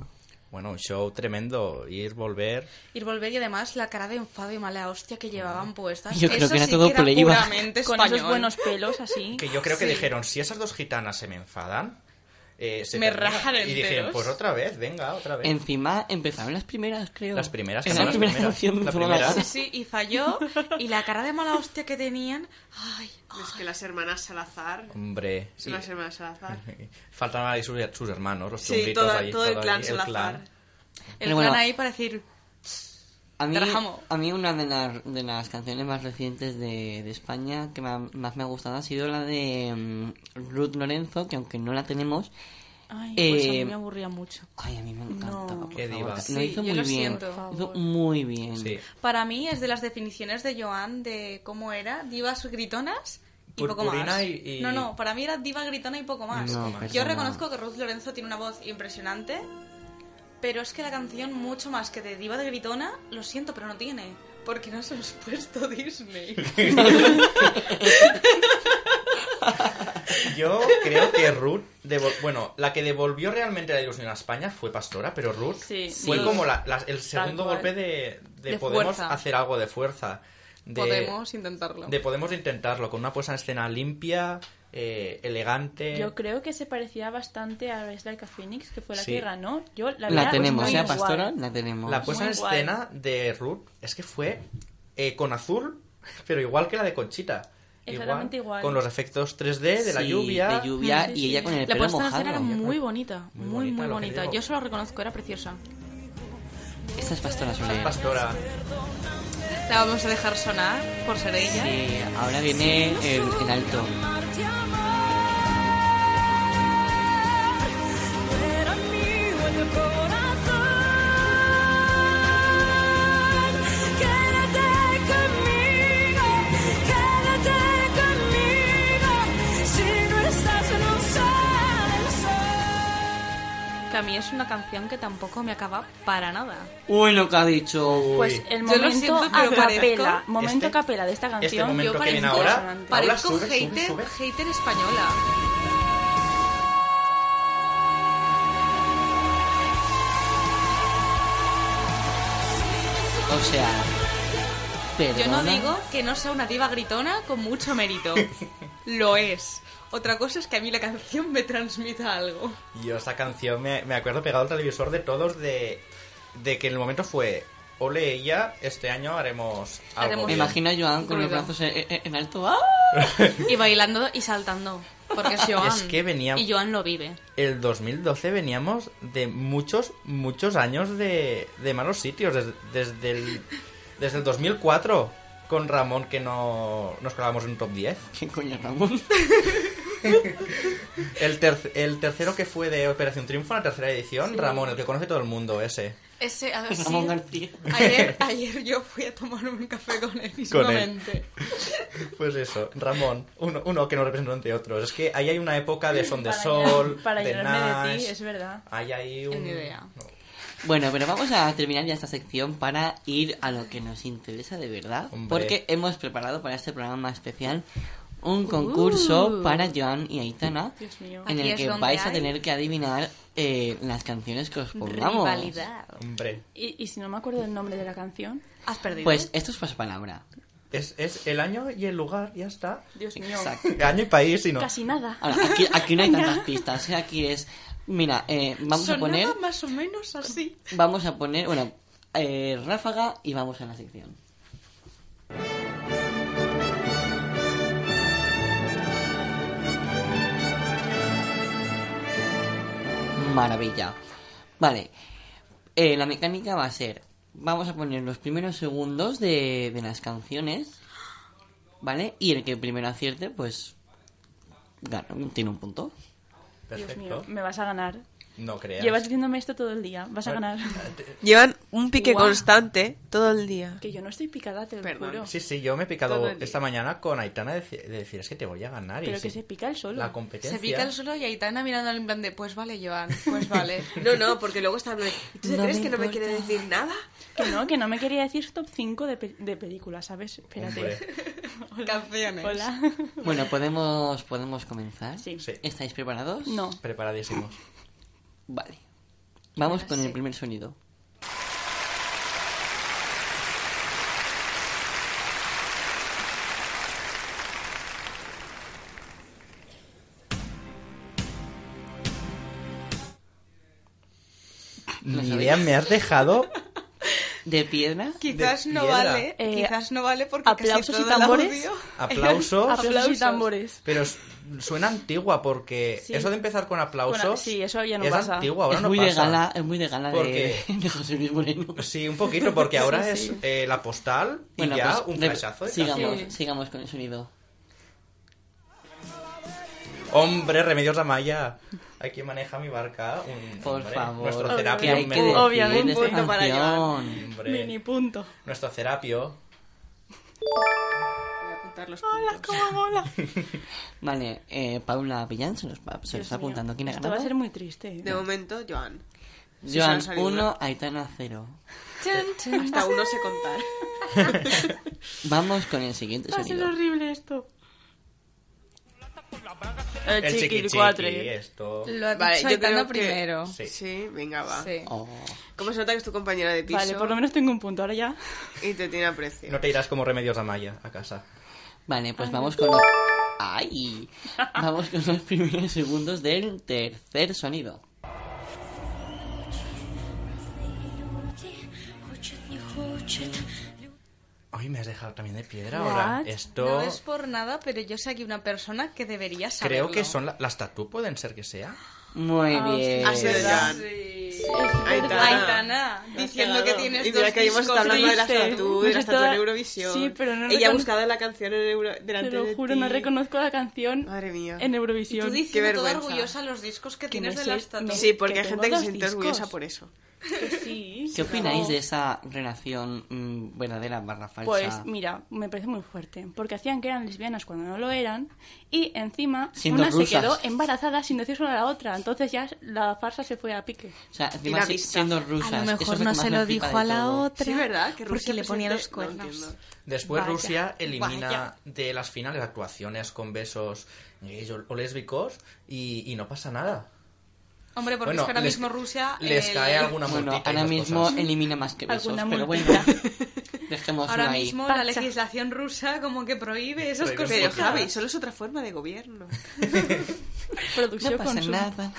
[SPEAKER 4] Bueno, un show tremendo. Ir, volver.
[SPEAKER 5] Y volver y además la cara de enfado y mala hostia que llevaban puestas.
[SPEAKER 2] Yo creo
[SPEAKER 5] Eso
[SPEAKER 2] que era
[SPEAKER 5] sí
[SPEAKER 2] todo
[SPEAKER 5] que era
[SPEAKER 2] pleiva.
[SPEAKER 5] puramente
[SPEAKER 6] Con
[SPEAKER 5] español.
[SPEAKER 6] esos buenos pelos así.
[SPEAKER 4] Que yo creo que
[SPEAKER 5] Sí.
[SPEAKER 4] dijeron, si esas dos gitanas se me enfadan, eh, se
[SPEAKER 5] Me
[SPEAKER 4] terminan".
[SPEAKER 5] rajan
[SPEAKER 4] Y dije,
[SPEAKER 5] enteros.
[SPEAKER 4] pues otra vez, venga, otra vez.
[SPEAKER 2] Encima empezaron las primeras, creo.
[SPEAKER 4] Las primeras,
[SPEAKER 2] Era
[SPEAKER 4] claro,
[SPEAKER 2] la
[SPEAKER 4] las
[SPEAKER 2] primera
[SPEAKER 4] primeras.
[SPEAKER 2] canción
[SPEAKER 4] La
[SPEAKER 2] fue una-
[SPEAKER 4] primera.
[SPEAKER 5] Sí, sí, y falló. Y la cara de mala hostia que tenían. ah, Ay,
[SPEAKER 7] Es que las hermanas Salazar.
[SPEAKER 4] Hombre,
[SPEAKER 7] Son las hermanas Salazar.
[SPEAKER 4] faltan ahí sus, sus hermanos, los
[SPEAKER 7] Sí,
[SPEAKER 4] chunguitos
[SPEAKER 7] todo-
[SPEAKER 4] ahí,
[SPEAKER 7] todo el clan
[SPEAKER 4] ahí,
[SPEAKER 7] Salazar.
[SPEAKER 5] el
[SPEAKER 2] Pero bueno.
[SPEAKER 5] plan ahí para decir.
[SPEAKER 2] A mí,
[SPEAKER 5] Trajamo.
[SPEAKER 2] a mí una de, las de las canciones más recientes de, de España que me ha- más me ha gustado ha sido la de mm, Ruth Lorenzo, que aunque no la tenemos...
[SPEAKER 6] Ay,
[SPEAKER 2] eh,
[SPEAKER 6] pues a mí me aburría mucho.
[SPEAKER 2] ay, a mí me encantaba, por
[SPEAKER 4] Qué
[SPEAKER 2] favor.
[SPEAKER 4] diva.
[SPEAKER 2] Lo
[SPEAKER 5] Sí,
[SPEAKER 2] hizo
[SPEAKER 5] yo
[SPEAKER 2] muy
[SPEAKER 5] lo
[SPEAKER 2] bien.
[SPEAKER 5] siento.
[SPEAKER 2] Lo hizo muy bien.
[SPEAKER 4] Sí.
[SPEAKER 5] Para mí es de las definiciones de Joan de cómo era, divas gritonas y poco
[SPEAKER 4] Purpurina
[SPEAKER 5] más.
[SPEAKER 4] y- y-
[SPEAKER 5] No, no, para mí era diva gritona y poco más.
[SPEAKER 2] No,
[SPEAKER 5] Yo
[SPEAKER 2] persona.
[SPEAKER 5] reconozco que Ruth Lorenzo tiene una voz impresionante, pero es que la canción mucho más que de diva de gritona, lo siento, pero no tiene. Porque no se los ha puesto Disney.
[SPEAKER 4] Yo creo que Ruth, devol- bueno, la que devolvió realmente la ilusión a España fue Pastora, pero Ruth
[SPEAKER 6] Sí,
[SPEAKER 4] fue
[SPEAKER 6] sí.
[SPEAKER 4] como la- la- el segundo
[SPEAKER 6] cual.
[SPEAKER 4] golpe de, de
[SPEAKER 5] De
[SPEAKER 4] Podemos
[SPEAKER 5] fuerza.
[SPEAKER 4] hacer algo de fuerza. De,
[SPEAKER 5] Podemos intentarlo.
[SPEAKER 4] de Podemos intentarlo, con una puesta en escena limpia, eh, elegante.
[SPEAKER 6] Yo creo que se parecía bastante a Rise Like a Phoenix, que fue la
[SPEAKER 4] Sí.
[SPEAKER 6] que ganó. Yo
[SPEAKER 2] La
[SPEAKER 6] la, verdad,
[SPEAKER 2] tenemos,
[SPEAKER 5] pues,
[SPEAKER 6] muy
[SPEAKER 2] ¿eh,
[SPEAKER 6] guay.
[SPEAKER 2] Pastora? La tenemos.
[SPEAKER 4] La puesta en
[SPEAKER 6] Muy guay.
[SPEAKER 4] escena de Ruth es que fue eh, con azul, pero igual que la de Conchita.
[SPEAKER 6] Exactamente igual.
[SPEAKER 4] Con los efectos 3D de la
[SPEAKER 2] Sí,
[SPEAKER 4] lluvia.
[SPEAKER 2] De lluvia
[SPEAKER 6] Sí,
[SPEAKER 2] y
[SPEAKER 6] sí,
[SPEAKER 2] ella
[SPEAKER 6] sí.
[SPEAKER 2] con el
[SPEAKER 5] Mm, La
[SPEAKER 2] pelo
[SPEAKER 5] puesta en escena
[SPEAKER 2] mojado.
[SPEAKER 5] era muy bonita,
[SPEAKER 4] Muy
[SPEAKER 5] muy,
[SPEAKER 4] bonita,
[SPEAKER 5] muy
[SPEAKER 4] lo que
[SPEAKER 5] bonita.
[SPEAKER 4] digo.
[SPEAKER 5] Yo solo reconozco, era preciosa.
[SPEAKER 2] Esta es Pastora Soler.
[SPEAKER 4] Pastora.
[SPEAKER 5] La vamos a dejar sonar por ser ella.
[SPEAKER 2] Sí, ahora viene el, el alto.
[SPEAKER 5] Que a
[SPEAKER 11] a mí es una canción que tampoco me acaba para nada.
[SPEAKER 2] Uy, lo que ha dicho. uy.
[SPEAKER 11] Pues el
[SPEAKER 5] Yo lo
[SPEAKER 11] momento
[SPEAKER 5] siento,
[SPEAKER 11] a
[SPEAKER 5] pero parezco-
[SPEAKER 11] capela, momento
[SPEAKER 2] Este-
[SPEAKER 11] a capela de esta
[SPEAKER 2] este
[SPEAKER 11] canción,
[SPEAKER 2] momento
[SPEAKER 11] yo
[SPEAKER 2] que viene
[SPEAKER 11] parezco-
[SPEAKER 2] ahora,
[SPEAKER 11] impresionante.
[SPEAKER 5] Parezco
[SPEAKER 2] sube, sube,
[SPEAKER 5] hater,
[SPEAKER 2] sube.
[SPEAKER 5] hater española.
[SPEAKER 2] O sea, perdona.
[SPEAKER 5] Yo no digo que no sea una diva gritona con mucho mérito. Lo es. Otra cosa es que a mí la canción me transmita algo.
[SPEAKER 4] Yo esta canción me, me acuerdo pegado al televisor de todos de, de que en el momento fue ole ella, este año haremos algo.
[SPEAKER 5] Haremos-
[SPEAKER 2] Me
[SPEAKER 4] bien".
[SPEAKER 2] imagino a Joan con los
[SPEAKER 5] Ruido.
[SPEAKER 2] brazos en, en- en alto. ¡Ah!
[SPEAKER 11] Y bailando y saltando, porque es Joan.
[SPEAKER 4] Es que venía-
[SPEAKER 11] Y Joan lo vive.
[SPEAKER 4] El 2012 veníamos de muchos, muchos años de, de malos sitios, des- desde, el, desde el 2004 con Ramón que no nos colamos en un top 10.
[SPEAKER 2] ¿Qué coño, Ramón?
[SPEAKER 4] El, ter- el tercero que fue de Operación Triunfo, la tercera edición, Ramón, el que conoce todo el mundo, ese.
[SPEAKER 5] Ese, a ver, sí.
[SPEAKER 2] Ramón García.
[SPEAKER 5] Ayer, ayer yo fui a tomarme un café con él mismamente.
[SPEAKER 4] Pues eso, Ramón, uno, uno que nos representa ante otros. Es que ahí hay una época de Son de
[SPEAKER 6] Para
[SPEAKER 4] Sol,
[SPEAKER 6] llorar- para
[SPEAKER 4] de
[SPEAKER 6] llorarme de ti,
[SPEAKER 4] Nash,
[SPEAKER 6] es verdad.
[SPEAKER 4] Ahí hay un...
[SPEAKER 5] Ni idea.
[SPEAKER 2] Bueno, pero vamos a terminar ya esta sección para ir a lo que nos interesa de verdad.
[SPEAKER 4] Hombre.
[SPEAKER 2] Porque hemos preparado para este programa especial un concurso
[SPEAKER 11] Uh.
[SPEAKER 2] para Joan y Aitana.
[SPEAKER 11] Dios mío.
[SPEAKER 2] En
[SPEAKER 5] Aquí
[SPEAKER 2] el
[SPEAKER 5] es
[SPEAKER 2] que
[SPEAKER 5] donde
[SPEAKER 2] vais a
[SPEAKER 5] hay
[SPEAKER 2] tener que adivinar eh, las canciones que os pongamos.
[SPEAKER 11] Rivalidad.
[SPEAKER 4] Hombre,
[SPEAKER 6] Y, y si no me acuerdo el nombre de la canción.
[SPEAKER 5] Has perdido.
[SPEAKER 2] Pues esto es pasapalabra.
[SPEAKER 4] es, es el año y el lugar, ya está.
[SPEAKER 6] Dios mío.
[SPEAKER 2] Exacto.
[SPEAKER 4] Año y país y no. Ah,
[SPEAKER 6] Casi nada.
[SPEAKER 2] Ahora, aquí, aquí no hay tantas pistas. ¿eh? Aquí es. Mira, eh, vamos a
[SPEAKER 5] Sonaba
[SPEAKER 2] poner.
[SPEAKER 5] más o menos así.
[SPEAKER 2] Vamos a poner. Bueno, eh, ráfaga y vamos a la sección. Maravilla. Vale. Eh, la mecánica va a ser. Vamos a poner los primeros segundos de, de las canciones. ¿Vale? Y el que primero acierte, pues. gana, tiene un punto.
[SPEAKER 6] Dios
[SPEAKER 4] Perfecto.
[SPEAKER 6] mío, me vas a ganar.
[SPEAKER 4] No creas.
[SPEAKER 6] Llevas diciéndome esto todo el día. Vas a ganar.
[SPEAKER 7] Llevan un pique
[SPEAKER 6] Guau.
[SPEAKER 7] constante todo el día.
[SPEAKER 6] Que yo no estoy picada, te lo
[SPEAKER 7] Perdón.
[SPEAKER 6] juro.
[SPEAKER 4] Sí, sí, yo me he
[SPEAKER 7] Todo
[SPEAKER 4] picado
[SPEAKER 7] el día.
[SPEAKER 4] esta mañana con Aitana de, deci- de decir, es que te voy a ganar. y
[SPEAKER 6] Pero
[SPEAKER 4] sí.
[SPEAKER 6] que se pica el solo.
[SPEAKER 4] La competencia.
[SPEAKER 5] Se pica el suelo y Aitana mirando en plan de, pues vale, Joan, pues vale.
[SPEAKER 7] No, no, porque luego está hablando de, ¿Tú te
[SPEAKER 2] No
[SPEAKER 7] crees
[SPEAKER 2] me
[SPEAKER 7] que no me
[SPEAKER 2] importa.
[SPEAKER 7] quiere decir nada?
[SPEAKER 6] Que no, que no me quería decir top 5 de, pe- de películas, ¿sabes?
[SPEAKER 4] Hombre,
[SPEAKER 6] Espérate.
[SPEAKER 5] Canciones.
[SPEAKER 6] Hola.
[SPEAKER 2] Bueno, podemos, podemos comenzar.
[SPEAKER 6] Sí.
[SPEAKER 4] Sí.
[SPEAKER 2] ¿Estáis preparados?
[SPEAKER 6] No.
[SPEAKER 4] preparadísimos.
[SPEAKER 2] Vale. Vamos con el primer sonido.
[SPEAKER 4] Ni idea, me has dejado
[SPEAKER 2] ¿De piedra?
[SPEAKER 5] Quizás
[SPEAKER 4] De
[SPEAKER 5] no
[SPEAKER 4] piedra.
[SPEAKER 5] vale,
[SPEAKER 6] Eh,
[SPEAKER 5] quizás no vale porque casi
[SPEAKER 6] aplausos
[SPEAKER 5] todo
[SPEAKER 6] y tambores.
[SPEAKER 5] el audio-
[SPEAKER 4] aplausos,
[SPEAKER 6] Aplausos y tambores.
[SPEAKER 4] pero s- suena antigua porque
[SPEAKER 6] Sí.
[SPEAKER 4] eso de empezar con aplausos.
[SPEAKER 6] Con a- sí, eso ya no
[SPEAKER 4] es
[SPEAKER 6] pasa.
[SPEAKER 4] antiguo, ahora
[SPEAKER 2] es,
[SPEAKER 4] no
[SPEAKER 2] muy ah. de
[SPEAKER 4] pasa.
[SPEAKER 2] gala, es muy de gala
[SPEAKER 4] ¿Por
[SPEAKER 2] de, de José Luis Moreno.
[SPEAKER 4] Sí, un poquito, porque ahora es eh, la postal y
[SPEAKER 2] Bueno,
[SPEAKER 4] ya
[SPEAKER 2] pues,
[SPEAKER 4] un
[SPEAKER 2] re-
[SPEAKER 4] flashazo. de
[SPEAKER 2] Sigamos,
[SPEAKER 6] Sí.
[SPEAKER 2] sigamos con el sonido.
[SPEAKER 4] canción. Hombre, Remedios Amaya. Hay quien maneja mi barca. Un,
[SPEAKER 2] Por
[SPEAKER 4] hombre,
[SPEAKER 2] favor.
[SPEAKER 4] Nuestro
[SPEAKER 2] que
[SPEAKER 4] terapio.
[SPEAKER 2] hay que
[SPEAKER 4] hombre,
[SPEAKER 2] decir
[SPEAKER 6] Obviamente.
[SPEAKER 2] de esta
[SPEAKER 6] Un punto
[SPEAKER 5] para
[SPEAKER 2] canción.
[SPEAKER 4] hombre,
[SPEAKER 6] Mini punto.
[SPEAKER 4] Nuestro terapio.
[SPEAKER 7] Voy a apuntar los
[SPEAKER 2] Vale, eh, Paula Pillán se nos, va- se nos
[SPEAKER 6] Dios
[SPEAKER 2] está
[SPEAKER 6] mío.
[SPEAKER 2] apuntando. ¿Quién ha
[SPEAKER 6] Esto va a
[SPEAKER 2] ganado?
[SPEAKER 6] ser muy triste. ¿eh?
[SPEAKER 7] De momento, Joan. si se
[SPEAKER 2] Joan
[SPEAKER 7] nos anima.
[SPEAKER 2] 1, Aitana 0.
[SPEAKER 7] Hasta uno sé contar.
[SPEAKER 2] Vamos con el siguiente
[SPEAKER 6] Va a ser
[SPEAKER 2] sonido.
[SPEAKER 6] horrible esto.
[SPEAKER 4] El chiqui chiqui,
[SPEAKER 6] chiquiricuatre.
[SPEAKER 4] esto.
[SPEAKER 5] Lo ha
[SPEAKER 7] Vale,
[SPEAKER 5] dicho
[SPEAKER 7] yo creo
[SPEAKER 5] Aitana
[SPEAKER 7] que-
[SPEAKER 5] primero.
[SPEAKER 4] Sí.
[SPEAKER 7] Sí, venga, va.
[SPEAKER 5] Sí.
[SPEAKER 2] Oh,
[SPEAKER 7] ¿Cómo se nota que es tu compañera de piso
[SPEAKER 6] Vale, por lo menos tengo un punto. Ahora ya.
[SPEAKER 7] y te tiene aprecio?
[SPEAKER 4] No te irás como Remedios Amaya a casa.
[SPEAKER 2] Vale, pues vamos con los... ¡Ay! Vamos con los primeros segundos del tercer sonido.
[SPEAKER 4] Ay, me has dejado también de piedra
[SPEAKER 6] What?
[SPEAKER 4] ahora. Esto.
[SPEAKER 5] No es por nada, pero yo sé aquí una persona que debería saberlo.
[SPEAKER 4] Creo que son la- las tatu, pueden ser que sea.
[SPEAKER 5] Eh,
[SPEAKER 2] Muy
[SPEAKER 6] Ah,
[SPEAKER 2] bien.
[SPEAKER 7] Ha sido Joan.
[SPEAKER 5] Sí.
[SPEAKER 6] Es
[SPEAKER 5] Aitana. Aitana, diciendo que tienes
[SPEAKER 7] y mira
[SPEAKER 5] dos
[SPEAKER 7] que hemos estado
[SPEAKER 5] discos ¿eh?
[SPEAKER 7] hablando de la
[SPEAKER 5] tristes.
[SPEAKER 7] estatua, de la estatua en Eurovisión.
[SPEAKER 6] Sí, pero no
[SPEAKER 7] Ella ha
[SPEAKER 6] recono-
[SPEAKER 7] buscado la canción en Euro... delante
[SPEAKER 6] Te lo
[SPEAKER 7] de
[SPEAKER 6] juro,
[SPEAKER 7] ti.
[SPEAKER 6] no reconozco la canción en Eurovisión.
[SPEAKER 5] Y tú
[SPEAKER 7] Qué
[SPEAKER 5] diciendo toda
[SPEAKER 7] vergüenza.
[SPEAKER 5] orgullosa los discos que
[SPEAKER 6] Que
[SPEAKER 5] tienes
[SPEAKER 6] no
[SPEAKER 5] de la
[SPEAKER 6] sé,
[SPEAKER 5] estatua.
[SPEAKER 7] Sí, porque hay gente que se
[SPEAKER 6] dos
[SPEAKER 7] siente
[SPEAKER 6] discos.
[SPEAKER 7] orgullosa por eso.
[SPEAKER 6] sí.
[SPEAKER 2] ¿Qué opináis de
[SPEAKER 6] eso?
[SPEAKER 2] esa relación mm, verdadera barra falsa?
[SPEAKER 6] Pues mira, me parece muy fuerte, porque hacían que eran lesbianas cuando no lo eran y encima
[SPEAKER 2] Siendo
[SPEAKER 6] una
[SPEAKER 2] rusas.
[SPEAKER 6] se quedó embarazada sin decirlo a la otra, entonces ya la farsa se fue a pique.
[SPEAKER 2] o sea,
[SPEAKER 7] Y
[SPEAKER 2] encima
[SPEAKER 7] la
[SPEAKER 2] si-
[SPEAKER 7] vista.
[SPEAKER 2] siendo rusas.
[SPEAKER 7] A lo
[SPEAKER 2] que eso
[SPEAKER 7] mejor
[SPEAKER 2] es que
[SPEAKER 7] no
[SPEAKER 2] más
[SPEAKER 7] se
[SPEAKER 2] me
[SPEAKER 7] lo
[SPEAKER 2] flipa
[SPEAKER 7] dijo
[SPEAKER 2] de
[SPEAKER 7] a la
[SPEAKER 2] todo.
[SPEAKER 7] otra. Sí, ¿verdad? Que
[SPEAKER 5] porque
[SPEAKER 7] Rusia
[SPEAKER 5] le ponía los
[SPEAKER 7] presente- no
[SPEAKER 5] cuernos.
[SPEAKER 7] entiendo.
[SPEAKER 4] Después
[SPEAKER 5] Vaya.
[SPEAKER 4] Rusia elimina
[SPEAKER 5] Vaya.
[SPEAKER 4] de las finales actuaciones con besos gays o o lésbicos y, y no pasa nada.
[SPEAKER 5] Hombre, porque
[SPEAKER 4] Bueno,
[SPEAKER 5] es que ahora
[SPEAKER 4] les-
[SPEAKER 5] mismo Rusia... eh,
[SPEAKER 4] les
[SPEAKER 5] el-
[SPEAKER 4] cae alguna multita
[SPEAKER 2] Bueno,
[SPEAKER 4] y
[SPEAKER 2] ahora
[SPEAKER 4] esas
[SPEAKER 2] mismo
[SPEAKER 4] cosas.
[SPEAKER 2] elimina más que besos,
[SPEAKER 6] Alguna
[SPEAKER 2] pero bueno,
[SPEAKER 6] multita.
[SPEAKER 2] dejémoslo
[SPEAKER 5] Ahora
[SPEAKER 2] ahí.
[SPEAKER 5] mismo la
[SPEAKER 6] Pacha.
[SPEAKER 5] legislación rusa como que prohíbe esas
[SPEAKER 4] Prohíbe
[SPEAKER 5] cosas.
[SPEAKER 7] Pero
[SPEAKER 4] Pues nada.
[SPEAKER 7] Javi, solo es otra forma de gobierno.
[SPEAKER 6] Producción
[SPEAKER 2] no pasa
[SPEAKER 6] consumo.
[SPEAKER 2] nada.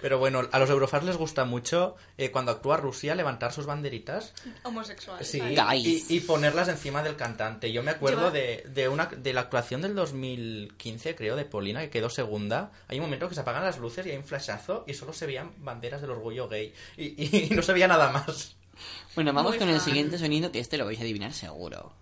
[SPEAKER 4] Pero bueno, a los eurofans les gusta mucho eh, cuando actúa Rusia levantar sus banderitas
[SPEAKER 5] Homosexual.
[SPEAKER 4] sí,
[SPEAKER 2] Guys.
[SPEAKER 4] y, y ponerlas encima del cantante. Yo me acuerdo
[SPEAKER 5] Lleva-
[SPEAKER 4] de, de una, de la actuación del 2015, creo, de Polina, que quedó segunda. Hay un momento que se apagan las luces y hay un flashazo y solo se veían banderas del orgullo gay. Y, y no se veía nada más.
[SPEAKER 2] Bueno, vamos
[SPEAKER 5] Muy
[SPEAKER 2] con el
[SPEAKER 5] fan.
[SPEAKER 2] siguiente sonido que este lo vais a adivinar seguro.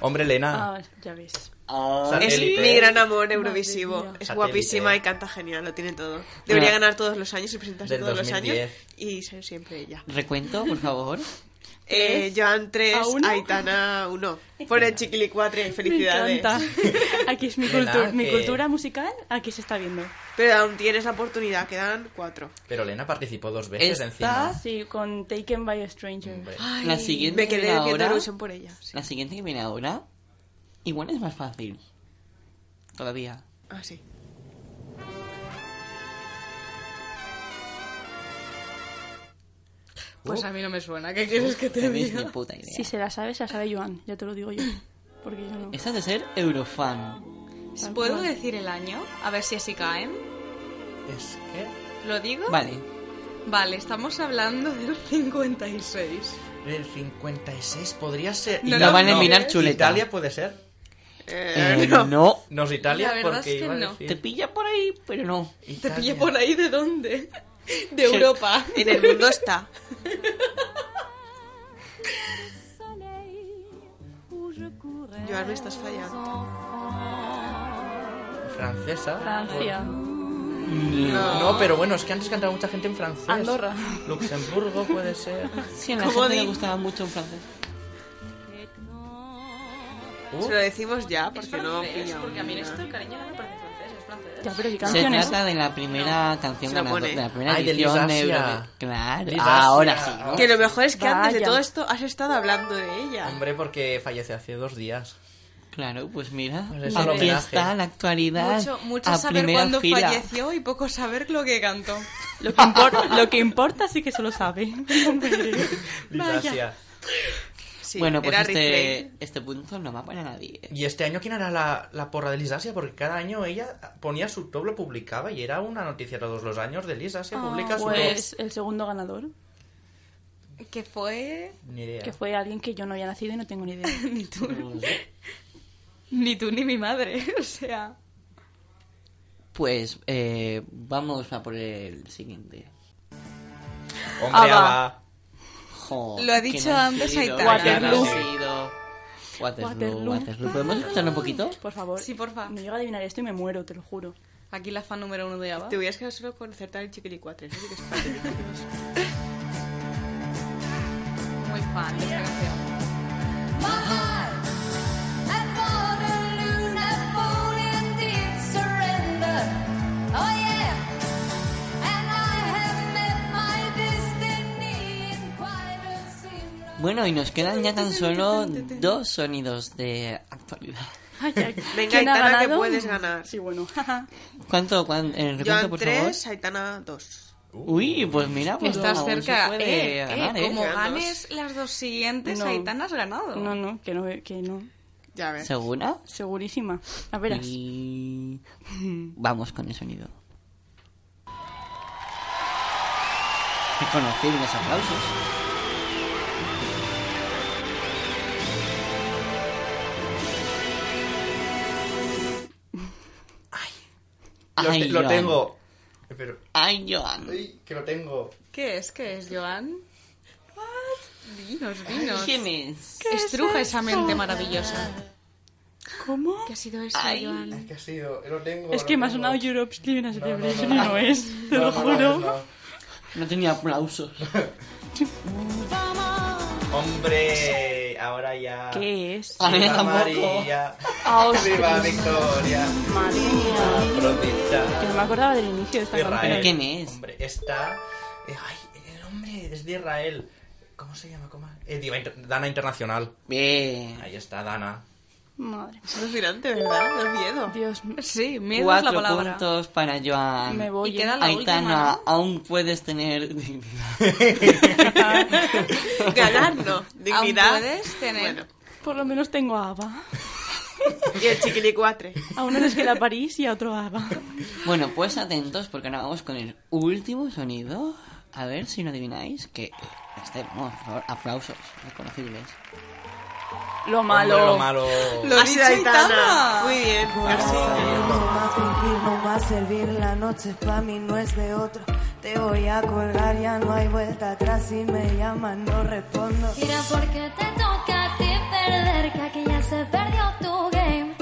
[SPEAKER 4] Hombre, Elena.
[SPEAKER 6] Ah, ya ves.
[SPEAKER 7] Es
[SPEAKER 4] satélite.
[SPEAKER 7] mi gran amor eurovisivo.
[SPEAKER 6] mía.
[SPEAKER 7] Es
[SPEAKER 4] Satélite.
[SPEAKER 7] guapísima y canta genial, lo tiene todo. Debería
[SPEAKER 2] Bueno.
[SPEAKER 7] ganar todos los años y presentarse
[SPEAKER 4] Del
[SPEAKER 7] todos
[SPEAKER 4] 2010.
[SPEAKER 7] los años y ser siempre ella.
[SPEAKER 2] Recuento, por favor.
[SPEAKER 7] Eh, Joan 3,
[SPEAKER 6] a uno.
[SPEAKER 7] Aitana 1. Por el chiquili 4,
[SPEAKER 6] Me
[SPEAKER 7] felicidades.
[SPEAKER 6] encanta. Aquí es mi,
[SPEAKER 4] Elena,
[SPEAKER 6] cultu- mi
[SPEAKER 4] que-
[SPEAKER 6] cultura musical, aquí se está viendo.
[SPEAKER 7] Pero aún tienes la oportunidad, quedan 4.
[SPEAKER 4] Pero Elena participó dos veces
[SPEAKER 2] Esta-
[SPEAKER 4] encima.
[SPEAKER 6] Sí, con Taken by a Stranger.
[SPEAKER 4] Hombre.
[SPEAKER 2] La siguiente
[SPEAKER 7] Me quedé
[SPEAKER 2] viene
[SPEAKER 7] viendo
[SPEAKER 2] ahora.
[SPEAKER 7] Eurovisión por ella. sí.
[SPEAKER 2] La siguiente que viene ahora, igual es más fácil. Todavía.
[SPEAKER 7] Ah, sí.
[SPEAKER 11] Pues a mí no me suena. ¿Qué quieres que te
[SPEAKER 2] No tenéis
[SPEAKER 11] diga?
[SPEAKER 2] ni puta idea.
[SPEAKER 6] Si se la sabe, se la sabe Joan, ya te lo digo yo. Porque yo no.
[SPEAKER 2] Esta es de ser Eurofan.
[SPEAKER 6] Tal
[SPEAKER 5] ¿Puedo
[SPEAKER 6] cual.
[SPEAKER 5] decir el año? A ver si así caen.
[SPEAKER 4] Es que...
[SPEAKER 5] ¿Lo digo?
[SPEAKER 2] Vale.
[SPEAKER 5] Vale, estamos hablando del 56.
[SPEAKER 4] El 56 podría ser...
[SPEAKER 5] No
[SPEAKER 4] Italia-
[SPEAKER 5] lo van a
[SPEAKER 2] eliminar chuleta.
[SPEAKER 4] Italia puede ser.
[SPEAKER 7] Eh,
[SPEAKER 2] Eh, no.
[SPEAKER 4] No es Italia
[SPEAKER 5] La verdad
[SPEAKER 4] porque
[SPEAKER 5] es que
[SPEAKER 4] iba a
[SPEAKER 5] no.
[SPEAKER 4] decir
[SPEAKER 2] Te pilla por ahí, pero no.
[SPEAKER 5] ¿Te
[SPEAKER 4] Italia.
[SPEAKER 5] pillé por ahí de dónde? De Europa.
[SPEAKER 7] En el mundo está. Joan, me estás fallando.
[SPEAKER 4] Francesa.
[SPEAKER 6] Francia.
[SPEAKER 4] No. pero bueno, es que antes cantaba mucha gente en francés.
[SPEAKER 6] Andorra.
[SPEAKER 4] Luxemburgo puede ser.
[SPEAKER 2] Sí, a la
[SPEAKER 7] ¿Cómo
[SPEAKER 2] gente le
[SPEAKER 7] di-
[SPEAKER 2] gustaba mucho en francés.
[SPEAKER 4] Uh,
[SPEAKER 7] ¿Oh? Se lo decimos ya, porque no
[SPEAKER 5] francés,
[SPEAKER 7] pilla
[SPEAKER 5] porque a mí esto,
[SPEAKER 7] una.
[SPEAKER 5] cariño, no me parece francés, es francés.
[SPEAKER 6] Ya, pero ¿qué
[SPEAKER 2] Se
[SPEAKER 6] canciones?
[SPEAKER 2] trata de la primera canción
[SPEAKER 7] Se la
[SPEAKER 2] ganadora,
[SPEAKER 7] pone.
[SPEAKER 2] de la primera
[SPEAKER 4] Ay, de
[SPEAKER 2] edición de
[SPEAKER 4] Liz Asia.
[SPEAKER 2] Eurovi- Claro,
[SPEAKER 4] Liz Asia.
[SPEAKER 2] ahora sí, ¿no?
[SPEAKER 7] Que lo mejor es que antes de
[SPEAKER 6] Vaya.
[SPEAKER 7] todo esto has estado hablando de ella.
[SPEAKER 4] Hombre, porque falleció hace dos días.
[SPEAKER 2] Claro, pues mira,
[SPEAKER 4] Pues es
[SPEAKER 2] aquí
[SPEAKER 4] un homenaje.
[SPEAKER 2] está la actualidad
[SPEAKER 5] Mucho, mucho
[SPEAKER 2] a
[SPEAKER 5] saber
[SPEAKER 2] primera
[SPEAKER 5] cuándo
[SPEAKER 2] fila.
[SPEAKER 5] falleció y poco saber lo que cantó.
[SPEAKER 6] Lo que, impor- lo que importa sí que se lo sabe. Hombre.
[SPEAKER 4] Lizasia.
[SPEAKER 7] Sí,
[SPEAKER 2] bueno, pues
[SPEAKER 7] era Ripley.
[SPEAKER 2] este, este punto no va para nadie.
[SPEAKER 4] ¿Y este año quién hará la, la porra de Lizasia? Porque cada año ella ponía su top, lo publicaba y era una noticia todos los años de Lizasia. publica su
[SPEAKER 6] Pues el segundo ganador,
[SPEAKER 5] Que fue...
[SPEAKER 4] top. Ni idea.
[SPEAKER 6] que fue alguien que yo no había nacido y no tengo ni idea.
[SPEAKER 5] Ni tú,
[SPEAKER 2] No sé.
[SPEAKER 5] ni, tú, ni mi madre, o sea...
[SPEAKER 2] Pues eh, vamos a por el siguiente.
[SPEAKER 4] Hombre,
[SPEAKER 6] Abba.
[SPEAKER 4] Abba.
[SPEAKER 2] Jo,
[SPEAKER 5] Lo ha
[SPEAKER 2] que
[SPEAKER 5] dicho
[SPEAKER 2] no ha
[SPEAKER 5] antes
[SPEAKER 2] sido,
[SPEAKER 5] Aitana.
[SPEAKER 2] que no ha
[SPEAKER 6] Waterloo.
[SPEAKER 2] sido. Waterloo.
[SPEAKER 6] Waterloo.
[SPEAKER 2] Waterloo. ¿Podemos escucharlo un poquito?
[SPEAKER 6] Por favor.
[SPEAKER 5] Sí, porfa.
[SPEAKER 6] Me llega a adivinar esto y me muero, te lo juro.
[SPEAKER 5] Aquí la fan número uno de Ava.
[SPEAKER 7] Te voy a quedar solo con acertar el chiquili 4. ¿no? Que es fácil.
[SPEAKER 5] Muy fan de esta canción.
[SPEAKER 9] Oh,
[SPEAKER 2] Bueno, y nos quedan ya tan solo dos sonidos de actualidad.
[SPEAKER 7] Venga,
[SPEAKER 6] ¿Quién ha
[SPEAKER 7] Aitana, que
[SPEAKER 6] ganado?
[SPEAKER 7] puedes ganar.
[SPEAKER 6] Sí, bueno.
[SPEAKER 2] ¿Cuánto? cuán- el recuento,
[SPEAKER 7] Joan
[SPEAKER 2] por
[SPEAKER 7] 3, Aitana 2.
[SPEAKER 2] favor? Uy, pues mira, pues
[SPEAKER 5] Estás
[SPEAKER 2] aún se
[SPEAKER 5] cerca.
[SPEAKER 2] puede
[SPEAKER 5] Eh, eh,
[SPEAKER 2] ganar, ¿eh?
[SPEAKER 5] como
[SPEAKER 7] Quedan dos.
[SPEAKER 5] ganes las dos siguientes,
[SPEAKER 6] No.
[SPEAKER 5] Aitana has ganado.
[SPEAKER 6] No, no, que no, que no.
[SPEAKER 7] Ya ves.
[SPEAKER 2] ¿Segura?
[SPEAKER 6] Segurísima. A verás.
[SPEAKER 2] Y vamos con el sonido. Qué conocibles aplausos.
[SPEAKER 4] Lo,
[SPEAKER 2] Ay,
[SPEAKER 4] te- lo
[SPEAKER 2] Joan.
[SPEAKER 4] tengo. Pero,
[SPEAKER 2] Ay, Joan.
[SPEAKER 4] ay, que lo tengo.
[SPEAKER 5] ¿Qué es? ¿Qué es, Joan? Dinos, dinos.
[SPEAKER 2] ¿Quién es?
[SPEAKER 11] Estruja esa mente maravillosa.
[SPEAKER 6] ¿Cómo?
[SPEAKER 11] ¿Qué ha sido eso,
[SPEAKER 2] Ay.
[SPEAKER 11] Joan?
[SPEAKER 4] Es que ha sido, lo tengo.
[SPEAKER 6] Es
[SPEAKER 4] lo
[SPEAKER 6] que me ha
[SPEAKER 4] tengo.
[SPEAKER 6] sonado Europe's Living a
[SPEAKER 4] No, no, no,
[SPEAKER 6] Celebration
[SPEAKER 4] no.
[SPEAKER 6] y no es, te
[SPEAKER 4] No,
[SPEAKER 6] lo
[SPEAKER 4] no, no,
[SPEAKER 6] juro.
[SPEAKER 2] No tenía aplausos.
[SPEAKER 4] no. Hombre, ahora ya.
[SPEAKER 6] ¿Qué es?
[SPEAKER 2] A mí
[SPEAKER 4] Viva
[SPEAKER 2] tampoco.
[SPEAKER 4] María.
[SPEAKER 6] Ah,
[SPEAKER 4] Viva
[SPEAKER 6] ostras.
[SPEAKER 4] Victoria.
[SPEAKER 6] Madre mía.
[SPEAKER 4] Protesta.
[SPEAKER 6] Que no me acordaba del inicio de esta
[SPEAKER 4] Israel.
[SPEAKER 6] canción.
[SPEAKER 2] ¿Quién es?
[SPEAKER 4] Hombre, está. eh, Ay, el hombre es de Israel. ¿Cómo se llama? ¿Cómo? Eh, Diva Inter- Dana Internacional.
[SPEAKER 2] Bien.
[SPEAKER 4] Ahí está, Dana.
[SPEAKER 6] Madre mía.
[SPEAKER 7] Es alucinante, ¿verdad? Da miedo.
[SPEAKER 6] Dios mío.
[SPEAKER 5] Sí, miedo es la
[SPEAKER 2] Cuatro
[SPEAKER 5] palabra.
[SPEAKER 2] puntos para Joan.
[SPEAKER 6] Me voy. ¿eh?
[SPEAKER 5] Y queda la última,
[SPEAKER 2] Aitana,
[SPEAKER 5] ¿no?
[SPEAKER 2] aún puedes tener dignidad.
[SPEAKER 7] Ganar no. Dignidad.
[SPEAKER 5] Aún puedes tener.
[SPEAKER 7] Bueno.
[SPEAKER 6] Por lo menos tengo a ABBA.
[SPEAKER 7] Y el chiquilicuatre.
[SPEAKER 6] A uno les queda París y a otro ABBA.
[SPEAKER 2] Bueno, pues atentos porque ahora vamos con el último sonido. A ver si lo adivináis. Que este, vamos, por favor, aplausos reconocibles.
[SPEAKER 6] Lo
[SPEAKER 4] Hombre, lo
[SPEAKER 6] malo.
[SPEAKER 4] malo.
[SPEAKER 7] Lo
[SPEAKER 5] Ha
[SPEAKER 7] dice
[SPEAKER 5] sido
[SPEAKER 7] Aitana.
[SPEAKER 5] Aitana.
[SPEAKER 7] Muy bien. Casi.
[SPEAKER 8] No va a fingir, no va a servir la noche pa' mí no es de otro. Te voy a colgar, ya no hay vuelta atrás. Si me llaman, no respondo.
[SPEAKER 9] Mira porque te toca a ti perder, que aquí ya se perdió tu game.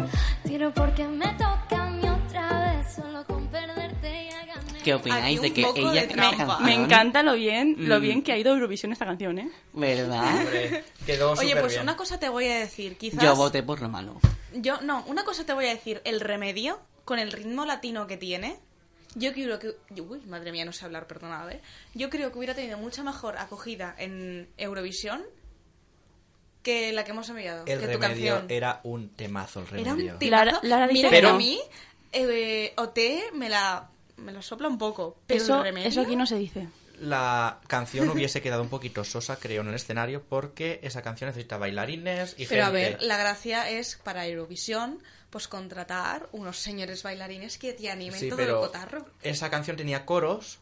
[SPEAKER 9] Tiro porque me toca a mí otra vez, solo con perderte ya gané.
[SPEAKER 2] ¿Qué opináis
[SPEAKER 5] Aquí
[SPEAKER 2] de
[SPEAKER 5] un
[SPEAKER 2] que
[SPEAKER 5] poco
[SPEAKER 2] ella
[SPEAKER 5] de
[SPEAKER 2] crea
[SPEAKER 5] trampa.
[SPEAKER 2] canción?
[SPEAKER 6] Me encanta lo bien, lo
[SPEAKER 2] Ah. Mm.
[SPEAKER 6] bien que ha ido Eurovisión esta canción, ¿eh?
[SPEAKER 2] ¿Verdad?
[SPEAKER 4] Hombre, quedó
[SPEAKER 5] Oye,
[SPEAKER 4] súper
[SPEAKER 5] pues
[SPEAKER 4] bien.
[SPEAKER 5] una cosa te voy a decir, quizás.
[SPEAKER 2] Yo voté por lo malo.
[SPEAKER 5] Yo, no, una cosa te voy a decir. El remedio, con el ritmo latino que tiene, yo creo que. yo- Uy, madre mía, no sé hablar, perdonad, ¿eh? Yo creo que hubiera tenido mucha mejor acogida en Eurovisión que la que hemos enviado.
[SPEAKER 4] El
[SPEAKER 5] que tu
[SPEAKER 4] remedio
[SPEAKER 5] canción.
[SPEAKER 4] era un temazo, el
[SPEAKER 5] Era
[SPEAKER 4] remedio.
[SPEAKER 5] un temazo.
[SPEAKER 6] Lara- Lara dice
[SPEAKER 5] Mira,
[SPEAKER 4] que
[SPEAKER 5] pero
[SPEAKER 4] no.
[SPEAKER 5] a mí, eh, OT me la, me la sopla un poco. Pero el
[SPEAKER 6] Eso,
[SPEAKER 5] remedio.
[SPEAKER 6] eso aquí no se dice.
[SPEAKER 4] La canción hubiese quedado un poquito sosa, creo, en el escenario, porque esa canción necesita bailarines y
[SPEAKER 5] Pero a
[SPEAKER 4] gente.
[SPEAKER 5] ver, la gracia es para Eurovisión, pues contratar unos señores bailarines que te animen
[SPEAKER 4] Sí,
[SPEAKER 5] todo
[SPEAKER 4] pero
[SPEAKER 5] el cotarro.
[SPEAKER 4] Esa canción tenía coros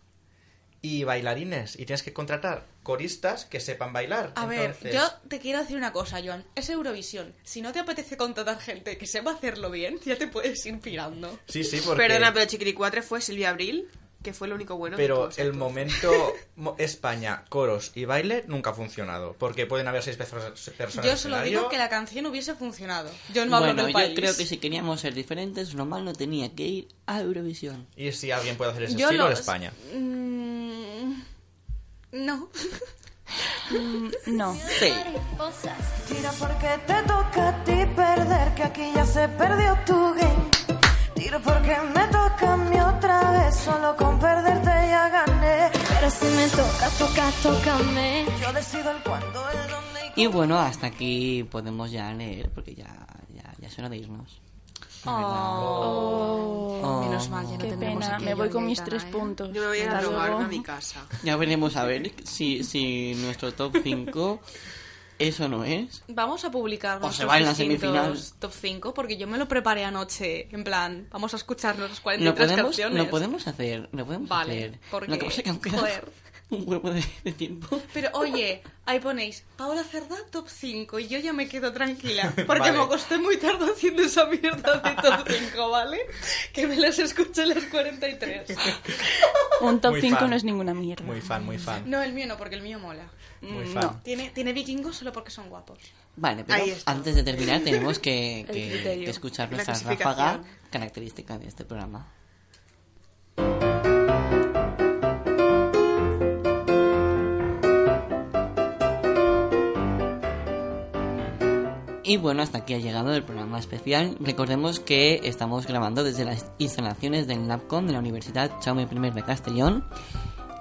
[SPEAKER 4] y bailarines, y tienes que contratar coristas que sepan bailar.
[SPEAKER 5] A
[SPEAKER 4] Entonces,
[SPEAKER 5] ver, yo te quiero decir una cosa, Joan. Es Eurovisión. Si no te apetece contratar gente que sepa hacerlo bien, ya te puedes ir pirando.
[SPEAKER 4] Sí, sí, porque...
[SPEAKER 7] Perdona, pero chiquilicuatre fue Silvia Abril, que fue lo único bueno. que
[SPEAKER 4] Pero
[SPEAKER 7] pudo ser
[SPEAKER 4] el
[SPEAKER 7] tú.
[SPEAKER 4] momento mo- España, coros y baile nunca ha funcionado, porque pueden haber seis personas seis personas en
[SPEAKER 5] Yo
[SPEAKER 4] el
[SPEAKER 5] solo
[SPEAKER 4] escenario.
[SPEAKER 5] digo que la canción hubiese funcionado. Yo no hablo
[SPEAKER 2] Bueno,
[SPEAKER 5] del
[SPEAKER 2] yo
[SPEAKER 5] país.
[SPEAKER 2] creo que si queríamos ser diferentes, lo malo tenía que ir a Eurovisión.
[SPEAKER 4] Y si alguien puede hacer ese
[SPEAKER 5] Yo
[SPEAKER 4] estilo,
[SPEAKER 5] lo-
[SPEAKER 4] es España.
[SPEAKER 5] Mm, No.
[SPEAKER 6] No.
[SPEAKER 2] Sí.
[SPEAKER 9] Mariposas.
[SPEAKER 8] Tira porque te toca a ti perder, que aquí ya se perdió tu game. Tiro porque me toca a mí otra vez, solo con perderte ya gané.
[SPEAKER 9] Pero si me toca, toca, tócame.
[SPEAKER 8] Yo decido el cuándo, el dónde y
[SPEAKER 2] Y bueno, hasta aquí podemos ya leer, porque ya, ya, ya es hora de irnos. La verdad. Oh.
[SPEAKER 11] Menos mal, ya no
[SPEAKER 6] Qué
[SPEAKER 11] tendremos
[SPEAKER 6] pena,
[SPEAKER 11] aquí
[SPEAKER 6] me
[SPEAKER 11] a
[SPEAKER 6] voy
[SPEAKER 11] Joan
[SPEAKER 6] con
[SPEAKER 11] y
[SPEAKER 6] mis
[SPEAKER 11] Aitana,
[SPEAKER 6] tres
[SPEAKER 11] ¿eh?
[SPEAKER 6] puntos.
[SPEAKER 7] Yo me voy a ir a
[SPEAKER 6] Hasta
[SPEAKER 7] drogarme
[SPEAKER 6] luego.
[SPEAKER 7] a mi casa.
[SPEAKER 2] Ya veremos a ver si, si nuestro top 5 eso no es.
[SPEAKER 5] Vamos a publicar
[SPEAKER 2] O se
[SPEAKER 5] nuestros
[SPEAKER 2] va en la
[SPEAKER 5] distintos
[SPEAKER 2] semifinal.
[SPEAKER 5] top 5 porque yo me lo preparé anoche. En plan, vamos a escuchar las 43
[SPEAKER 2] Lo podemos,
[SPEAKER 5] canciones.
[SPEAKER 2] lo podemos hacer, lo podemos
[SPEAKER 5] Vale,
[SPEAKER 2] hacer.
[SPEAKER 5] porque,
[SPEAKER 2] Lo que pasa es que aún queda
[SPEAKER 5] joder.
[SPEAKER 2] un huevo de, de tiempo.
[SPEAKER 5] Pero oye, ahí ponéis Paola Cerdá top 5 y yo ya me quedo tranquila porque
[SPEAKER 4] Vale.
[SPEAKER 5] me acosté muy tarde haciendo esa mierda de top 5, ¿vale? Que me las escuché las 43.
[SPEAKER 6] Un top
[SPEAKER 4] Muy
[SPEAKER 6] 5
[SPEAKER 4] fan.
[SPEAKER 6] no es ninguna mierda.
[SPEAKER 4] Muy fan, muy fan.
[SPEAKER 5] No, el mío no, porque el mío mola.
[SPEAKER 4] Muy
[SPEAKER 6] Mm,
[SPEAKER 4] fan.
[SPEAKER 6] no.
[SPEAKER 5] Tiene, tiene vikingos solo porque son guapos.
[SPEAKER 2] Vale, pero
[SPEAKER 7] Ahí está.
[SPEAKER 2] antes de terminar tenemos que,
[SPEAKER 6] El
[SPEAKER 2] que-
[SPEAKER 6] criterio.
[SPEAKER 2] que escuchar
[SPEAKER 7] La
[SPEAKER 2] nuestra
[SPEAKER 7] clasificación.
[SPEAKER 2] ráfaga característica de este programa. Y bueno, hasta aquí ha llegado el programa especial. Recordemos que estamos grabando desde las instalaciones del NAPCON de la Universidad Chaume I de Castellón.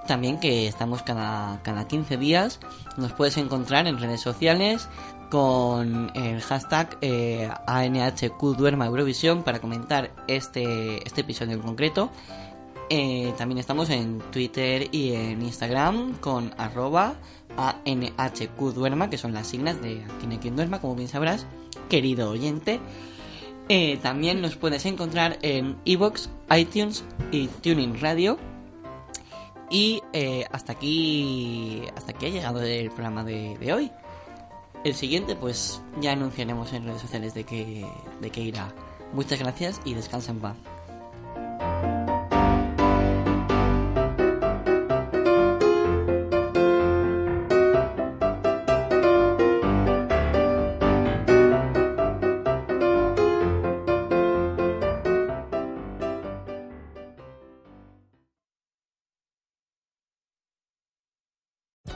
[SPEAKER 2] También que estamos cada, cada 15 días. Nos puedes encontrar en redes sociales con el hashtag eh, ANHQ Duerma Eurovisión para comentar este, este episodio en concreto. Eh, también estamos en Twitter y en Instagram con arroba ANHQ Duerma, que son las siglas de A quien a quien duerma, como bien sabrás, querido oyente. Eh, también nos puedes encontrar en Evox, iTunes y Tuning Radio. Y eh, hasta aquí hasta aquí ha llegado el programa de, de hoy. El siguiente, pues ya anunciaremos en redes sociales de que, de que irá. Muchas gracias y descansa en paz.